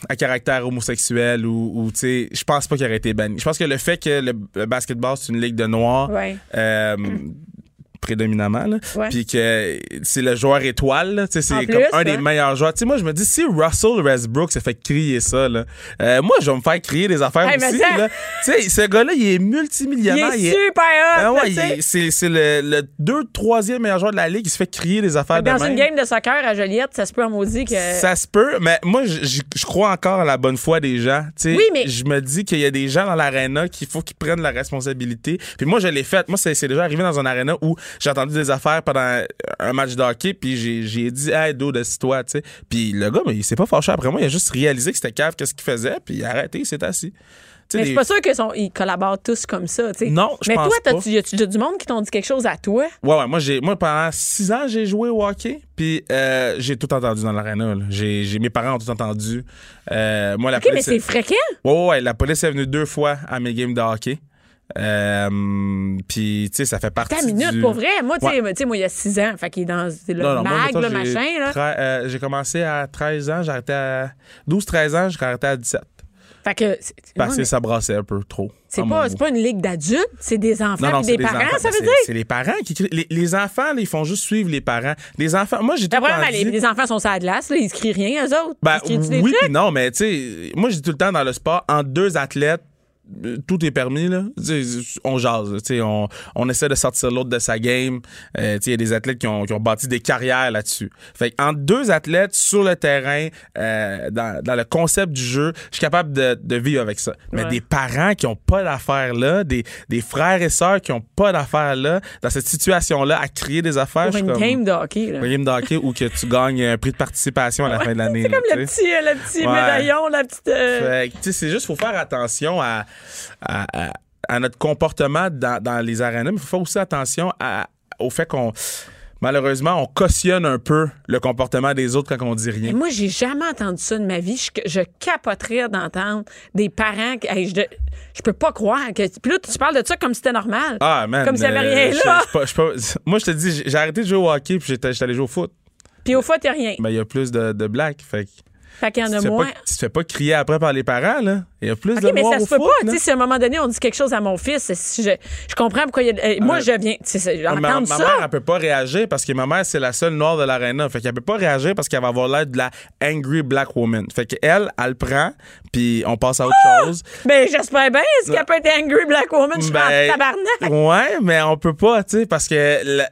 à caractère homosexuel ou, ou, tu sais, je pense pas qu'il aurait été banni. Je pense que le fait que le, le basketball, c'est une ligue de noirs, Ouais. euh, prédominamment, là, Ouais. puis que c'est le joueur étoile, là, tu sais, En c'est plus, comme un des ouais. meilleurs joueurs. Tu sais, moi, je me dis, si Russell Westbrook s'est fait crier ça, là, euh, moi, je vais me faire crier des affaires Hey, mais aussi. ça- là. Tu sais, ce gars-là, il est Il multimillionnaire. est super hot. Ah là, ouais, tu il sais. est- c'est c'est le, le deux, troisième meilleur joueur de la ligue. Il se fait crier des affaires de Dans même. une game de soccer à Joliette, ça se peut en maudit que. Ça se peut, mais moi, je- je je crois encore à la bonne foi des gens. tu sais. Oui, mais- Je me dis qu'il y a des gens dans l'aréna qu'il faut qu'ils prennent la responsabilité. Puis moi, je l'ai fait. Moi, c'est c'est déjà arrivé dans un aréna où j'ai entendu des affaires pendant un match de hockey, puis j'ai- j'ai dit « Hey, dos de toi », tu sais. Puis le gars, ben, il s'est pas fâché après moi. Il a juste réalisé que c'était cave, qu'est-ce qu'il faisait, puis il a arrêté, il s'est assis. Tu sais, mais je des- suis pas sûre qu'ils sont... ils collaborent tous comme ça. tu sais. Non, je Mais pense toi, pas. t'as-tu- y a-tu déjà du monde qui t'ont dit quelque chose à toi? Ouais, ouais, moi, j'ai, moi pendant six ans, j'ai joué au hockey, puis euh, j'ai tout entendu dans l'aréna. là. J'ai, j'ai- mes parents ont tout entendu. Euh, moi, la OK, mais police- c'est fréquent. Ouais, ouais, ouais, la police est venue deux fois à mes games de hockey. Euh, puis, tu sais, ça fait partie. Ta minute, du- pour vrai. Moi, tu sais, Ouais. moi, tu sais, moi, il y a six ans. Fait qu'il est dans c'est le Non, non, moi, mag, mettons, le j'ai machin. Là. tre- euh, j'ai commencé à 13 ans, j'ai arrêté à 12-13 ans, j'ai arrêté à 17. Fait que. c'est- Parce non, que mais ça brassait un peu trop. à C'est mon pas, goût. c'est pas une ligue d'adultes, c'est des enfants et des, c'est parents, enfants. ça Ben, veut c'est- dire. C'est les parents qui crient. Les, les enfants, là, ils font juste suivre les parents. Les enfants, moi, j'ai tout Le problème, entendu- les, les enfants sont sur la glace, là, ils se crient rien, eux autres. Ben, ils se crient-tu des oui, trucs? puis non, mais tu sais, moi, j'ai tout le temps dans le sport, en deux athlètes, euh, tout est permis, là. Tu sais, On jase, là. tu sais, on, on essaie de sortir l'autre de sa game. Euh, tu sais, il y a des athlètes qui ont, qui ont bâti des carrières là-dessus. Fait en deux athlètes sur le terrain, euh, dans, dans le concept du jeu, je suis capable de, de vivre avec ça. Mais Ouais. des parents qui ont pas d'affaires là, des, des frères et sœurs qui ont pas d'affaires là, dans cette situation-là, à créer des affaires. Pour je suis une comme- game de hockey, là. un game de hockey ou que tu gagnes un prix de participation à la fin de l'année. C'est là, comme le tu sais. petit, euh, le petit Ouais. médaillon, la petite. euh, Fait que, tu sais, c'est juste, faut faire attention à, à, à- à notre comportement dans, dans les arénas, mais faut faire aussi attention à- au fait qu'on, malheureusement, on cautionne un peu le comportement des autres quand on dit rien. Mais moi, j'ai jamais entendu ça de ma vie. Je, je capoterais d'entendre des parents. qui- hey, je, de- je peux pas croire. Que, puis là, tu parles de ça comme si c'était normal. Ah, man. Comme s'il n'y avait euh, rien je- là. je- je- je- moi, je te dis, j'ai- j'ai arrêté de jouer au hockey puis j'étais j'étais allé jouer au foot. Puis au foot, il n'y a rien. Mais il y a plus de, de blagues. Fait que fait qu'il y en tu, a te fais moins. Ben, pas, tu te fais pas crier après par les parents, là. Il y a plus OK, de mais ça noirs se au peut foot, pas. là. Tu sais, si à un moment donné, on dit quelque chose à mon fils, si je, je comprends pourquoi il y a. euh, moi, je viens. tu sais, c'est- Ah, Ma, Entendre ma ça. mère, elle peut pas réagir parce que ma mère, c'est la seule noire de l'aréna. Fait qu'elle peut pas réagir parce qu'elle va avoir l'air de la angry black woman. Fait qu'elle, elle le prend, puis on passe à autre chose. Ben, j'espère bien. Est-ce qu'elle peut être angry black woman? Je suis en tabarnak. Ben, ouais, mais on peut pas, tu sais, parce que. la-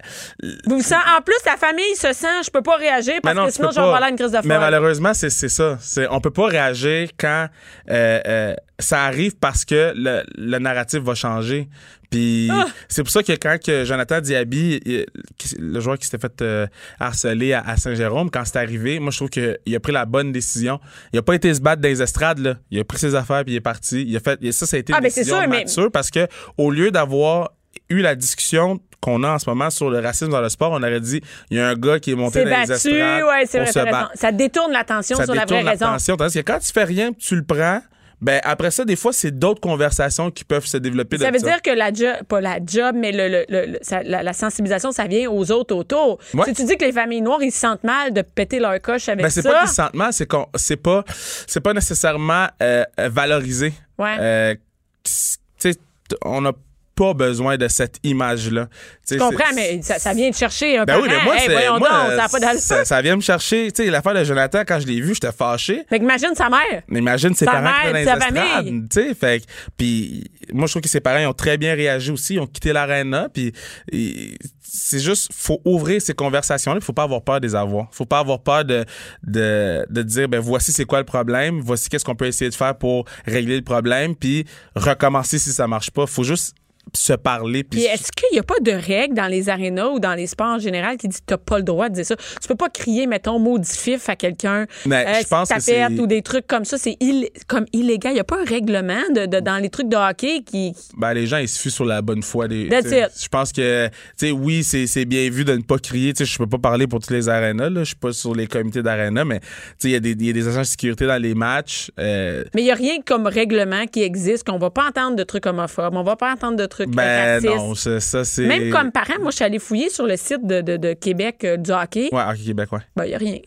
Vous sent, en plus, la famille se sent, je peux pas réagir Mais parce non, que tu sinon, peux je vais avoir pas. l'air une crise de Mais folle. malheureusement, c'est c'est ça. C'est- On peut pas réagir quand euh, euh, ça arrive parce que le, le narratif va changer. Puis Ah! c'est pour ça que quand que Jonathan Diaby, il- qui- le joueur qui s'était fait euh, harceler à, à Saint-Jérôme, quand c'est arrivé, moi je trouve qu'il a pris la bonne décision. Il a pas été se battre dans les estrades là. Il a pris ses affaires puis il est parti. Il a fait ça, ça a été Ah, une ben, c'est décision sûr, mais- mature parce que au lieu d'avoir eu la discussion qu'on a en ce moment sur le racisme dans le sport, on aurait dit il y a un gars qui est monté C'est dans les battu, estrades ouais, c'est pour vrai, se t'as raison. battre. Ça détourne l'attention Ça sur la vraie détourne raison. l'attention. Tandis que quand tu fais rien, puis tu le prends, ben après ça, des fois, c'est d'autres conversations qui peuvent se développer. Ça de veut dire que la job, pas la job, mais le, le- le- le- ça- la, la sensibilisation, ça vient aux autres autour. Ouais. Si tu dis que les familles noires, ils se sentent mal de péter leur coche avec Ben, ça. c'est pas qu'ils se sentent mal, c'est qu'on c'est pas c'est pas nécessairement euh, euh, valorisé. Ouais. Euh, tu sais, t- on n'a pas besoin de cette image là. Je comprends, mais ça, ça vient de chercher un peu. Hein? Ben oui, mais moi, c'est- voyons moi, donc, ça a pas euh, d'allure. ça, ça vient me chercher. Tu sais, l'affaire de Jonathan, quand je l'ai vu, j'étais fâché. Fait qu'imagine sa mère. Mais Imagine ses Sa parents qui mère, étaient sa dans les estrades, famille. tu sais, fait que- puis moi je trouve que ses parents ils ont très bien réagi aussi, ils ont quitté l'arena puis et- c'est juste faut ouvrir ces conversations là, faut pas avoir peur des avoir. Faut pas avoir peur de de, de dire ben voici c'est quoi le problème, voici qu'est-ce qu'on peut essayer de faire pour régler le problème puis recommencer si ça marche pas, faut juste se parler puis Puis est-ce qu'il n'y a pas de règle dans les arénas ou dans les sports en général qui dit que t'as pas le droit de dire ça? Tu peux pas crier, mettons, maudit fif à quelqu'un, euh, Mais je qui pense que tapette c'est- ou des trucs comme ça. C'est ill- comme illégal. Il n'y a pas un règlement de, de- dans les trucs de hockey qui... ben, les gens, ils se fuient sur la bonne foi. Des, That's tu sais, it. Je pense que, tu sais, oui, c'est c'est bien vu de ne pas crier. Tu sais, je peux pas parler pour tous les arénas, là. Je suis pas sur les comités d'aréna, mais, tu sais, il y, a des- il y a des agents de sécurité dans les matchs. Euh, Mais il n'y a rien comme règlement qui existe, qu'on va pas entendre de trucs homophobes, on va pas entendre de trucs ben, racistes. non, ça, ça, c'est. Même comme parent, moi, je suis allée fouiller sur le site de, de- de Québec euh, du hockey. Ouais, ok, Québec, ouais. Ben, il n'y a rien.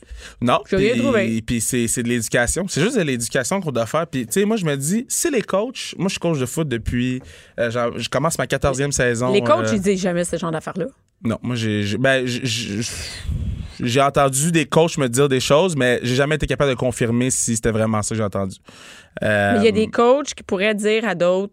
Non. J'ai rien puis- trouvé. Puis c'est c'est de l'éducation. C'est juste de l'éducation qu'on doit faire. Puis, tu sais, moi, je me dis, si les coachs, moi, je suis coach de foot depuis, euh, genre, je commence ma 14e saison. les coachs, euh, ils disent jamais ce genre d'affaires-là. Non, moi, j'ai. j'ai- Ben, j'ai- j'ai j'ai entendu des coachs me dire des choses, mais j'ai jamais été capable de confirmer si c'était vraiment ça que j'ai entendu. Euh, Mais il y a des coachs qui pourraient dire à d'autres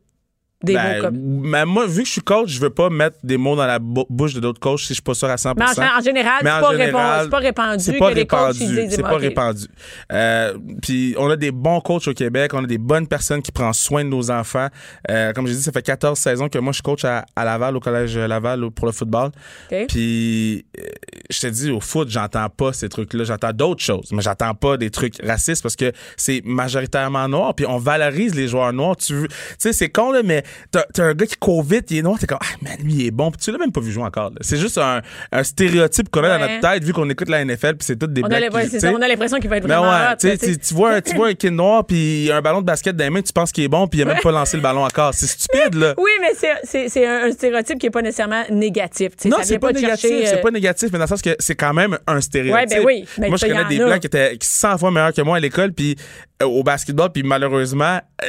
des ben, mots comme... ben, moi, vu que je suis coach, je veux pas mettre des mots dans la bou- bouche de d'autres coachs si je suis pas sûr à 100 Mais en, en général, Mais en c'est pas, général, répand- c'est pas répandu c'est pas que les coachs ils répandu. disent... C'est pas OK. répandu. Euh, Puis on a des bons coachs au Québec, on a des bonnes personnes qui prennent soin de nos enfants. Euh, comme j'ai dit, ça fait 14 saisons que moi je suis coach à, à Laval, au collège Laval au- pour le football. OK. Puis euh, je te dis, au foot, j'entends pas ces trucs-là. J'entends d'autres choses, mais j'entends pas des trucs racistes parce que c'est majoritairement noir. Puis on valorise les joueurs noirs. Tu veux- tu sais, c'est con, là, mais t'as t'as un gars qui court vite, il est noir, t'es comme, ah, man, lui, il est bon. Puis tu l'as même pas vu jouer encore. là. C'est juste un, un stéréotype qu'on a dans Ouais. notre tête vu qu'on écoute la NFL, puis c'est tout des On a blacks les- qui- ouais, tu c'est sais. ça, on a l'impression qu'il va être Mais vraiment ouais, hot, tu sais, là, tu sais. tu tu vois, un- tu vois un kid noir puis un ballon de basket dans les mains, tu penses qu'il est bon puis il a même pas lancé le ballon encore. C'est stupide là. Oui, mais c'est- c'est c'est un, un stéréotype qui est pas nécessairement négatif. tu sais, Non, ça c'est vient pas, pas de négatif, chercher, c'est euh, pas négatif, mais dans le sens que c'est quand même un stéréotype. Ouais, ben oui, ben moi, je ça, y connais en des a. blancs qui étaient 100 fois meilleurs que moi à l'école, puis euh, au basketball, puis malheureusement, euh,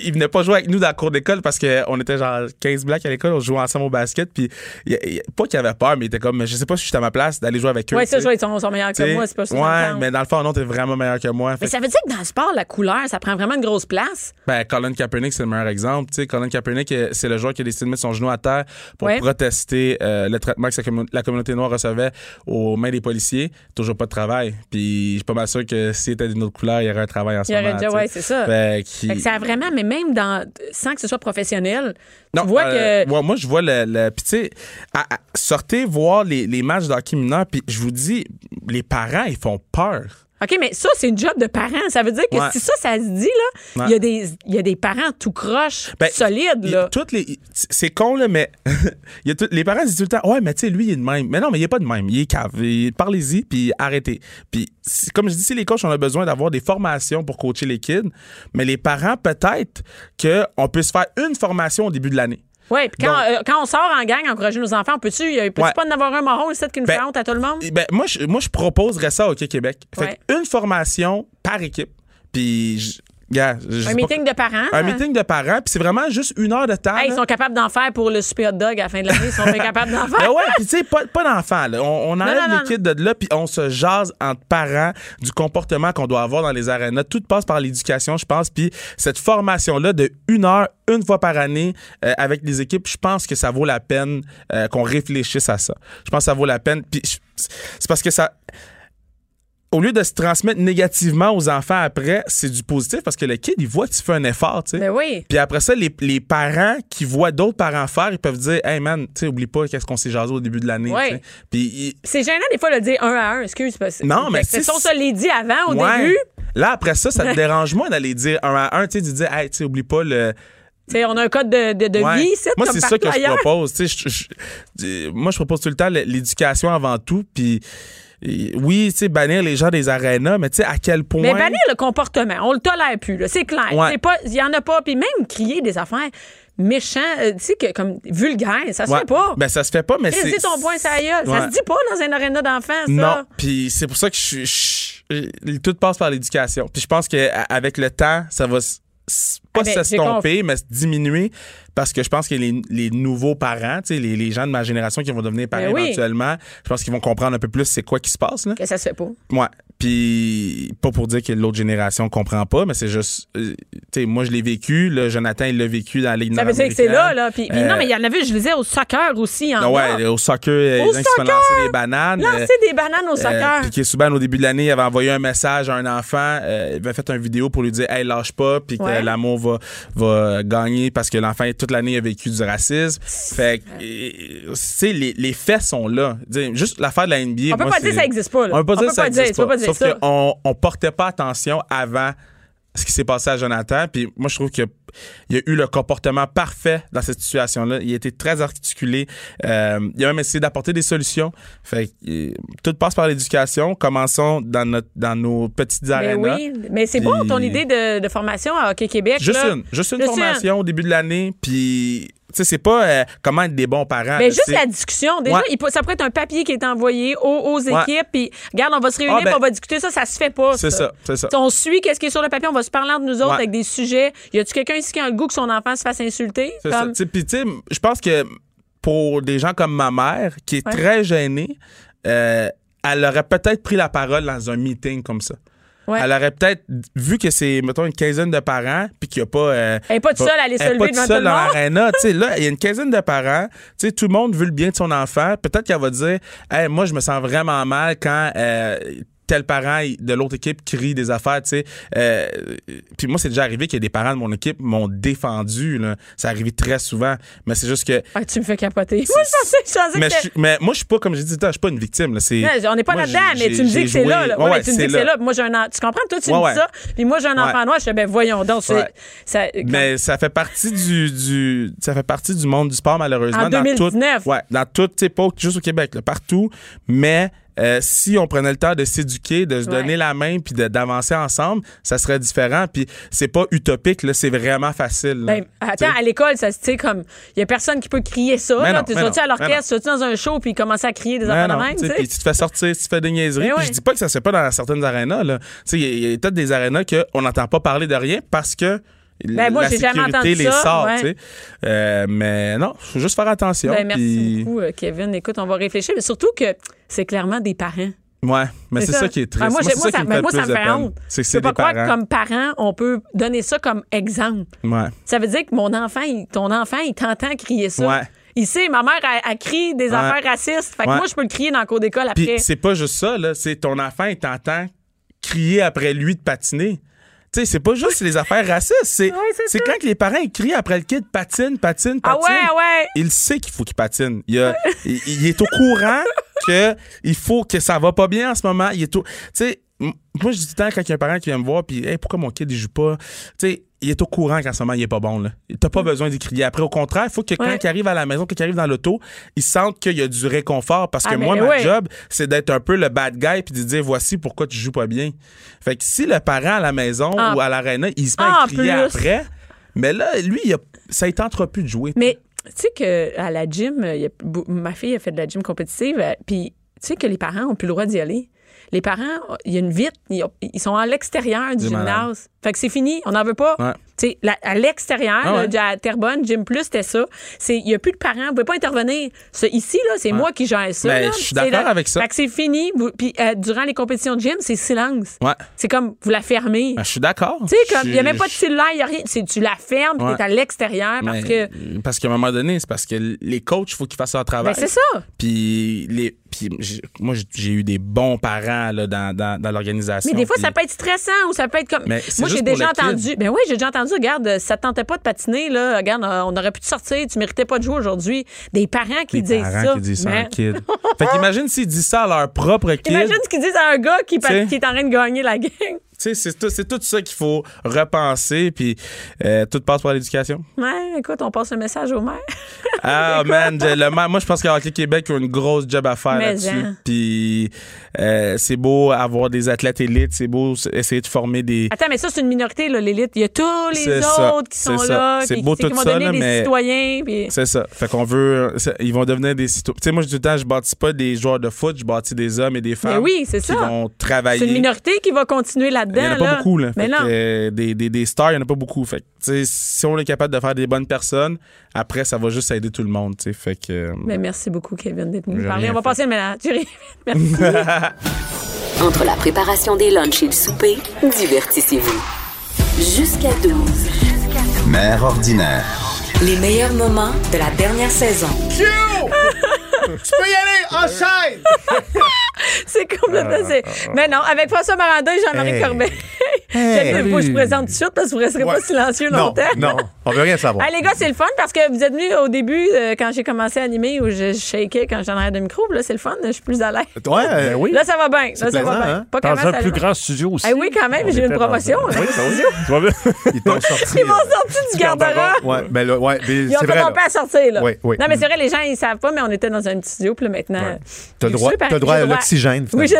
il venait pas jouer avec nous dans la cour d'école parce qu'on était genre 15 blacks à l'école, on jouait ensemble au basket, puis il- il- pas qu'il avait peur, mais il était comme, je sais pas si je suis à ma place d'aller jouer avec eux. Ouais, ça, tu sais. je vois, ils sont, sont meilleurs Tu sais, que moi, c'est pas ça. que ça me Ouais, tente. mais dans le fond, non, t'es vraiment meilleur que moi. Fait Mais que, ça veut dire que dans le sport, la couleur, ça prend vraiment une grosse place? ben, Colin Kaepernick, c'est le meilleur exemple. Tu sais, Colin Kaepernick, euh, c'est le joueur qui a décidé de mettre son genou à terre pour Ouais. protester euh, le traitement que sa commun- la communauté noire recevait aux mains des policiers. Toujours pas de travail. Puis je suis pas mal sûr que s'il était d'une autre couleur, il y aurait un travail en ce Il y aurait moment. déjà- tu sais. ouais, c'est ça. Fait qu'il- Fait que ça a vraiment, mais même dans, sans que ce soit professionnel, Non, tu vois euh, que. ouais, moi, je vois le. le puis, tu sais, à- à- sortez voir les, les matchs d'hockey mineur, puis je vous dis, les parents, ils font peur. OK, mais ça, c'est une job de parent. Ça veut dire que Ouais. si ça, ça se dit, là, il y a Ouais. des- il y, a des parents tout croche, Ben, solides, il- là. toutes les, c'est con, là, mais il y a tout- les parents disent tout le temps Ouais, mais tu sais, lui, il est de même. Mais non, mais il est pas de même. Il est cave. Il- Parlez-y, puis arrêtez. Puis, c'est- comme je dis, si les coachs, on a besoin d'avoir des formations pour coacher les kids, mais les parents, peut-être qu'on peut se faire une formation au début de l'année. Oui, puis quand, Donc- euh, quand on sort en gang, encourager nos enfants, peux-tu peux Ouais. pas en avoir un marron ici qui nous Ben, fait honte à tout le monde? Eh Ben, moi, je, moi, je proposerais ça au Hockey Québec. Fait Ouais. que une formation par équipe. Puis, je- gars, je sais Un pas- meeting de parents? hein? Un meeting de parents, puis c'est vraiment juste une heure de temps. Hey, là. ils sont capables d'en faire pour le super hot dog à la fin de l'année. Ils sont bien capables d'en faire. Ben ouais, puis tu sais, pas, pas d'enfants. là. On, on enlève non, non, les kids de là, puis on se jase entre parents du comportement qu'on doit avoir dans les arénas. Tout passe par l'éducation, je pense. Puis cette formation-là de une heure, une fois par année euh, avec les équipes, je pense que ça vaut la peine euh, qu'on réfléchisse à ça. Je pense que ça vaut la peine. Puis je- c'est parce que ça au lieu de se transmettre négativement aux enfants après, c'est du positif parce que le kid, il voit que tu fais un effort, tu sais. Ben oui. Puis après ça, les, les parents qui voient d'autres parents faire, ils peuvent dire Hey man, tu sais, oublie pas qu'est-ce qu'on s'est jasé au début de l'année. Ouais. tu sais. Puis Puis C'est gênant des fois de le dire un à un, excuse. Parce... Non, mais Fait que si- Si on se l'est dit avant, ils- au Ouais. début, Là, après ça, ça te dérange moins d'aller dire un à un, tu sais, de dire Hey, tu sais, oublie pas le. tu sais, on a un code de, de, de Ouais. vie, c'est Moi, comme c'est ça partout que je ailleurs. propose. tu sais, je- je- je- moi, je propose tout le temps l- l'éducation avant tout. Puis et- oui, tu sais, bannir les gens des arénas, mais tu sais, à quel point. Mais bannir le comportement, on le tolère plus, là, c'est clair. Ouais. C'est pas- Il y en a pas. Puis même crier des affaires méchantes, euh, tu sais, que, comme vulgaires, ça se Ouais. fait pas. Ben, ça se fait pas, mais c'est. Crissez ton point, ça gueule. Ça Ouais. se dit pas dans un aréna d'enfants, ça. Non, puis c'est pour ça que je suis. je- Tout passe par l'éducation. Puis je pense qu'avec le temps, ça va s- s- pas Ah ben, j'ai s'estomper, mais se diminuer parce que je pense que les, les nouveaux parents, tu sais, les, les gens de ma génération qui vont devenir parents Ben oui. éventuellement, je pense qu'ils vont comprendre un peu plus c'est quoi qui se passe. Là. Que ça se fait pas. Ouais. Puis pas pour dire que l'autre génération comprend pas, mais c'est juste, euh, tu sais, moi je l'ai vécu, là, Jonathan il l'a vécu dans la ligue Ça veut dire que c'est nord-américaine. là, là. Puis, puis Euh, non, mais il y en avait, je les ai au soccer aussi, en ah or. ouais, au soccer, euh, Au les gens qui se font soccer! lancer des bananes. euh, Lancer des bananes au soccer. euh, Puis que Souban, au début de l'année, il avait envoyé un message à un enfant. euh, il avait fait une vidéo pour lui dire Hey, lâche pas, puis que Ouais. l'amour va, va gagner parce que l'enfant, toute l'année, a vécu du racisme. Fait que, euh, tu sais, les, les faits sont là. Dis, Juste l'affaire de la NBA. On peut moi, pas dire c'est- ça existe pas, là. On peut pas On dire peut ça pas dire, existe tu peux pas. pas dire Sauf ça. qu'on on portait pas attention avant ce qui s'est passé à Jonathan. Puis moi, je trouve qu'il y a eu le comportement parfait dans cette situation-là. Il a été très articulé. Euh, il a même essayé d'apporter des solutions. Fait que, euh, tout passe par l'éducation. Commençons dans, notre, dans nos petites Mais Ben arénas. oui, mais c'est Puis- bon ton idée de, de formation à Hockey Québec. Juste là. une. Juste une Juste formation au début de l'année. Puis, tu sais, c'est pas euh, comment être des bons parents. Ben, juste Ah, C'est- la discussion. Déjà, Ouais. il peut- ça pourrait être un papier qui est envoyé aux, aux Ouais. équipes. Puis, regarde, on va se réunir, Ah, ben, puis on va discuter. Ça, ça se fait pas. C'est ça, c'est ça. On suit qu'est-ce qui est sur le papier. On va se parler entre nous autres Ouais. avec des sujets. Y a-tu quelqu'un ici qui a le goût que son enfant se fasse insulter? C'est ça. Comme- Tu sais, Puis, tu sais, je pense que pour des gens comme ma mère, qui est très gênée, euh, elle aurait peut-être pris la parole dans un meeting comme ça. Ouais. Elle aurait peut-être vu que c'est, mettons, une quinzaine de parents, puis qu'il n'y a pas. euh, Elle est pas toute seule à aller se elle lever est pas toute devant seule tout le monde. dans l'aréna. Tu sais, là, il y a une quinzaine de parents. Tu sais, tout le monde veut le bien de son enfant. Peut-être qu'elle va dire Hey, moi, je me sens vraiment mal quand. euh, tel parent de l'autre équipe crie des affaires, tu sais. Euh, puis moi, c'est déjà arrivé qu'il y a des parents de mon équipe m'ont défendu. Là. Ça arrive très souvent. Mais c'est juste que... Ah, tu me fais capoter. Moi, je pensais, je pensais Mais, que je suis- mais moi, je suis pas, comme j'ai dit, tout à l'heure, je suis pas une victime. Là. C'est- Non, on n'est pas moi, là-dedans, j'ai- mais tu me j'ai dis que c'est joué- là. là. Ouais, Ouais, ouais, tu me dis que c'est là. Puis Moi, j'ai un en- Tu comprends? Toi, tu me Ouais, dis ça. Puis moi, j'ai un enfant Ouais. noir. Je fais, ben voyons donc. c'est- Ouais. Ça, ben, Mais ça fait partie du, du ça fait partie du monde du sport malheureusement En 2019. dans tout ouais dans tout tu sais, pas juste au Québec là, partout mais euh, si on prenait le temps de s'éduquer, de se Ouais. donner la main puis de- d'avancer ensemble, ça serait différent. Puis c'est pas utopique, là, c'est vraiment facile. là. Ben, attends, T'sais. à l'école, ça se tu sais, comme. Il y a personne qui peut crier ça. Mais là. non, Tu mais sorti non, à mais non. l'orchestre, tu sorti dans un show, puis commencer à crier des Non, affaires de non, même, tu tu sais, puis sais. tu te fais sortir, tu te fais des niaiseries. Mais Puis ouais. je dis pas que ça se fait pas dans certaines arénas. là. Tu sais, Il y a- il y, a peut-être des arénas qu'on n'entend pas parler de rien parce que Ben, moi, la j'ai jamais sécurité entendu les ça, sort. ouais. tu sais. Euh, mais non, faut juste faire attention. Ben, merci puis- beaucoup, euh, Kevin. Écoute, on va réfléchir, mais surtout que c'est clairement des parents. Ouais, mais C'est c'est ça. qui est triste. Ah, moi, j'ai- c'est ça moi, ça- qui me mais fait moi, le ça plus me de fait peine. honte. C'est que Je peux c'est pas des croire parents. que comme parent, on peut donner ça comme exemple. Ouais. Ça veut dire que mon enfant, il- ton enfant, il t'entend crier ça. Ouais. Il sait, ma mère, elle, elle crie des affaires racistes. Fait que Ouais. moi, je peux le crier dans le cours d'école après. Puis c'est pas juste ça, là. C'est ton enfant, il t'entend crier après lui de patiner. Tu sais, c'est pas juste les affaires racistes. C'est c'est c'est quand que les parents ils crient après le kid, patine, patine, patine. Ah ouais, ah ouais. Il sait qu'il faut qu'il patine. Il, a- il- il est au courant que il faut que ça va pas bien en ce moment. Il est au- tu sais, m- moi je dis tout le temps quand il y a un parent qui vient me voir puis hey, pourquoi mon kid il joue pas Tu sais, il est au courant qu'en ce moment il est pas bon là. T'as pas besoin d'y crier. Après au contraire, il faut que Mm. Ouais. quand il arrive à la maison, quand il arrive dans l'auto, il sente qu'il y a du réconfort parce Ah, que mais moi ma ouais. job c'est d'être un peu le bad guy puis de dire voici pourquoi tu joues pas bien. Fait que si le parent à la maison Ah. ou à l'aréna, il se met Ah, à crier en plus. après, mais là lui il a- ça ne tentera plus de jouer. Mais tu sais que à la gym, euh, il y a bou- ma fille a fait de la gym compétitive, euh, puis tu sais que les parents ont plus le droit d'y aller. Les parents, euh, il y a une vitre, ils ont- ils sont à l'extérieur du C'est gymnase. malade. Fait que c'est fini, on n'en veut pas. Ouais. Tu sais, la- à l'extérieur, Ah là, ouais. du- à Terrebonne, Gym Plus, c'était ça. C'est- Il n'y a plus de parents, vous ne pouvez pas intervenir. Ce- ici, là, c'est moi qui gère ça. Ben, là. je suis C'est d'accord là- avec ça. Fait que c'est fini. vous- Puis euh, durant les compétitions de gym, c'est silence. Ouais. C'est comme vous la fermez. Ben, je suis d'accord. tu sais, comme il n'y a Je- même pas de je- cellulaire, il n'y a rien. C'est- Tu la fermes, tu Ouais. es à l'extérieur parce que. Mais- parce qu'à un moment donné, c'est parce que les coachs, il faut qu'ils fassent leur Ben, travail. c'est ça. Puis, les, puis j'ai- moi, j'ai- j'ai eu des bons parents là, dans, dans, dans l'organisation. Mais des fois, Puis- ça peut être stressant ou ça peut être comme. Mais c'est Moi, j'ai juste pour déjà le kid. entendu. Ben oui, j'ai déjà entendu. Regarde, euh, ça te tentait pas de patiner, là. Regarde, euh, on aurait pu te sortir. Tu méritais pas de jouer aujourd'hui. Des parents qui Des disent parents ça. qui disent ça à un Man. kid. fait qu'imagine s'ils disent ça à leur propre kid. Imagine ce qu'ils disent à un gars qui, pat- T'sais. qui est en train de gagner la gang. Tu sais, C'est tout, c'est tout ça qu'il faut repenser. Puis euh, tout passe par l'éducation. Ouais, écoute, on passe le message au maire. Ah, man, de- le ma- moi, je pense que Hockey Québec a une grosse job à faire Mais là-dessus. hein. Puis euh, c'est beau avoir des athlètes élites, c'est beau s- essayer de former des, Attends, mais ça, c'est une minorité, là, l'élite. Il y a tous les C'est autres ça. qui C'est sont ça. là, C'est qui, beau qui- qui tout vont ça, donner là, des mais- citoyens. puis- C'est ça. Fait qu'on veut. c'est- Ils vont devenir des citoyens. Tu sais, moi, je dis tout le temps, je bâtis pas des joueurs de foot, je bâtis des hommes et des femmes. oui, c'est qui ça. vont travailler. C'est une minorité qui va continuer Il là-dedans. n'y en a pas là. beaucoup, là. Mais Fait non. que, euh, des, des, des stars, il n'y en a pas beaucoup. Fait que, tu sais, si on est capable de faire des bonnes personnes, après, ça va juste aider tout le monde, tu sais. Fait que. euh, Mais merci beaucoup, Kevin, d'être venu J'ai nous parler. rien On va fait. passer le ménage. Merci. Entre la préparation des lunchs et le souper, divertissez-vous. Jusqu'à 12. Mère ordinaire. Les meilleurs moments de la dernière saison. Euh, C'est complètement. c'est- Mais non, avec François Maranda et Jean-Marie Ah, Hey. Corbet. Hey. J'aime pas, je vous présente tout de suite parce que vous ne resterez pas Ouais. silencieux Non, longtemps. non, on veut rien savoir. Euh, Hey, les gars, c'est le fun parce que vous êtes venus au début euh, quand j'ai commencé à animer où je shakais quand j'en avais de micro. Puis Là, c'est le fun. Je suis plus à l'aise. Ouais, euh, oui. Là, ça va bien. Là, ça plaisant, va bien. hein? Pas comment Dans un ça plus va. grand studio aussi. Eh oui, quand même, On j'ai une était dans promotion, hein. un- là. Oui, ça oui. Tu vois bien? Ils t'ont sorti. Ils m'ont euh, sorti du garde-robe. Ouais, ben là, ouais, mais Ils ont c'est vrai. là. commencé à sortir, là. Oui, oui. Mm. Non, mais c'est vrai, les gens, ils savent pas, mais on était dans un petit studio, puis là, maintenant. Ouais. euh, T'as je droit- sais pas, t'as droit j'ai à l'oxygène, Oui, j'ai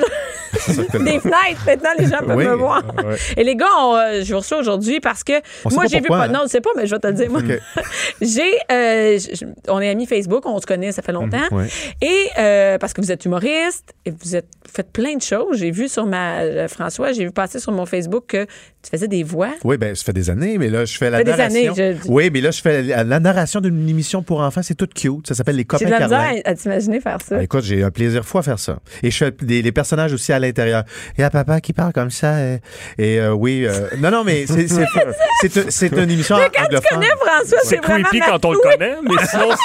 finalement. le- des fenêtres. Maintenant, les gens peuvent Oui. Ah, me voir. Ouais. Et les gars, on, euh, je vous reçois aujourd'hui parce que On sait moi, pas j'ai vu pas. pourquoi, hein. Non, je sais pas, mais je vais te le dire, moi. OK. j'ai. euh, j- j- on est amis Facebook, on se connaît, ça fait longtemps. Mhm, ouais. Et euh, parce que vous êtes humoriste et vous êtes vous faites plein de choses. J'ai vu sur ma. euh, François, j'ai vu passer sur mon Facebook que tu faisais des voix. Oui, ben ça fait des années, mais là, je fais la Ça fait des narration. années, je- Oui, mais là, je fais la, la narration d'une émission pour enfants. C'est tout cute. Ça s'appelle Les J'ai copains de la misère Carlin. à- à t'imaginer faire ça. Ah, écoute, j'ai un plaisir fou à faire ça. Et je fais des, les personnages aussi à l'intérieur. Il y a papa qui parle comme ça. euh, Et, euh, oui, euh, non, non, mais c'est- c'est c'est- c'est une émission Quand tu anglophone. connais François, C'est c'est vraiment creepy ma- quand on le Oui. connaît, mais sinon,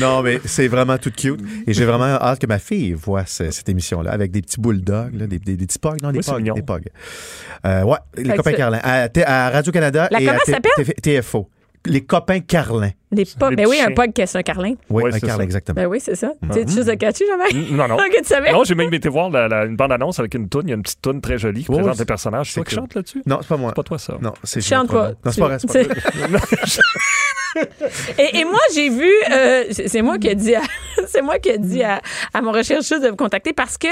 Non, mais c'est vraiment tout cute. Et j'ai vraiment hâte que ma fille voit ce- cette émission-là, avec des petits bulldogs, là, des, des, des petits pogs, non, des Oui, c'est pogs. mignon. Des pogs. Euh, ouais, les Fait que copains c'est- Carlin. À, T- à Radio-Canada La et à comment T- s'appelle? T- TFO. Les copains Carlin. Les pop- Les ben oui, petits un chiens. pog qui a un carlin. Oui, Ouais, un c'est Carlin, ça. exactement. Ben oui, c'est ça. Tu sais, tu juste de catchy, jamais. Non, non. Ok, tu savais. Non, j'ai même été voir la- la- une bande-annonce avec une toune. Il y a une petite toune très jolie qui Oh, présente c'est- des personnages. C'est toi qui c'est cool. chante là-dessus? Non, c'est pas moi. C'est pas toi, ça. Non, c'est Chante Jean Provost. pas. Non, c'est pas vrai. c'est pas vrai. Non, je- Et, et moi, j'ai vu, euh, c'est c'est moi qui ai dit, à, c'est moi qui ai dit à, à mon rechercheur de me contacter parce que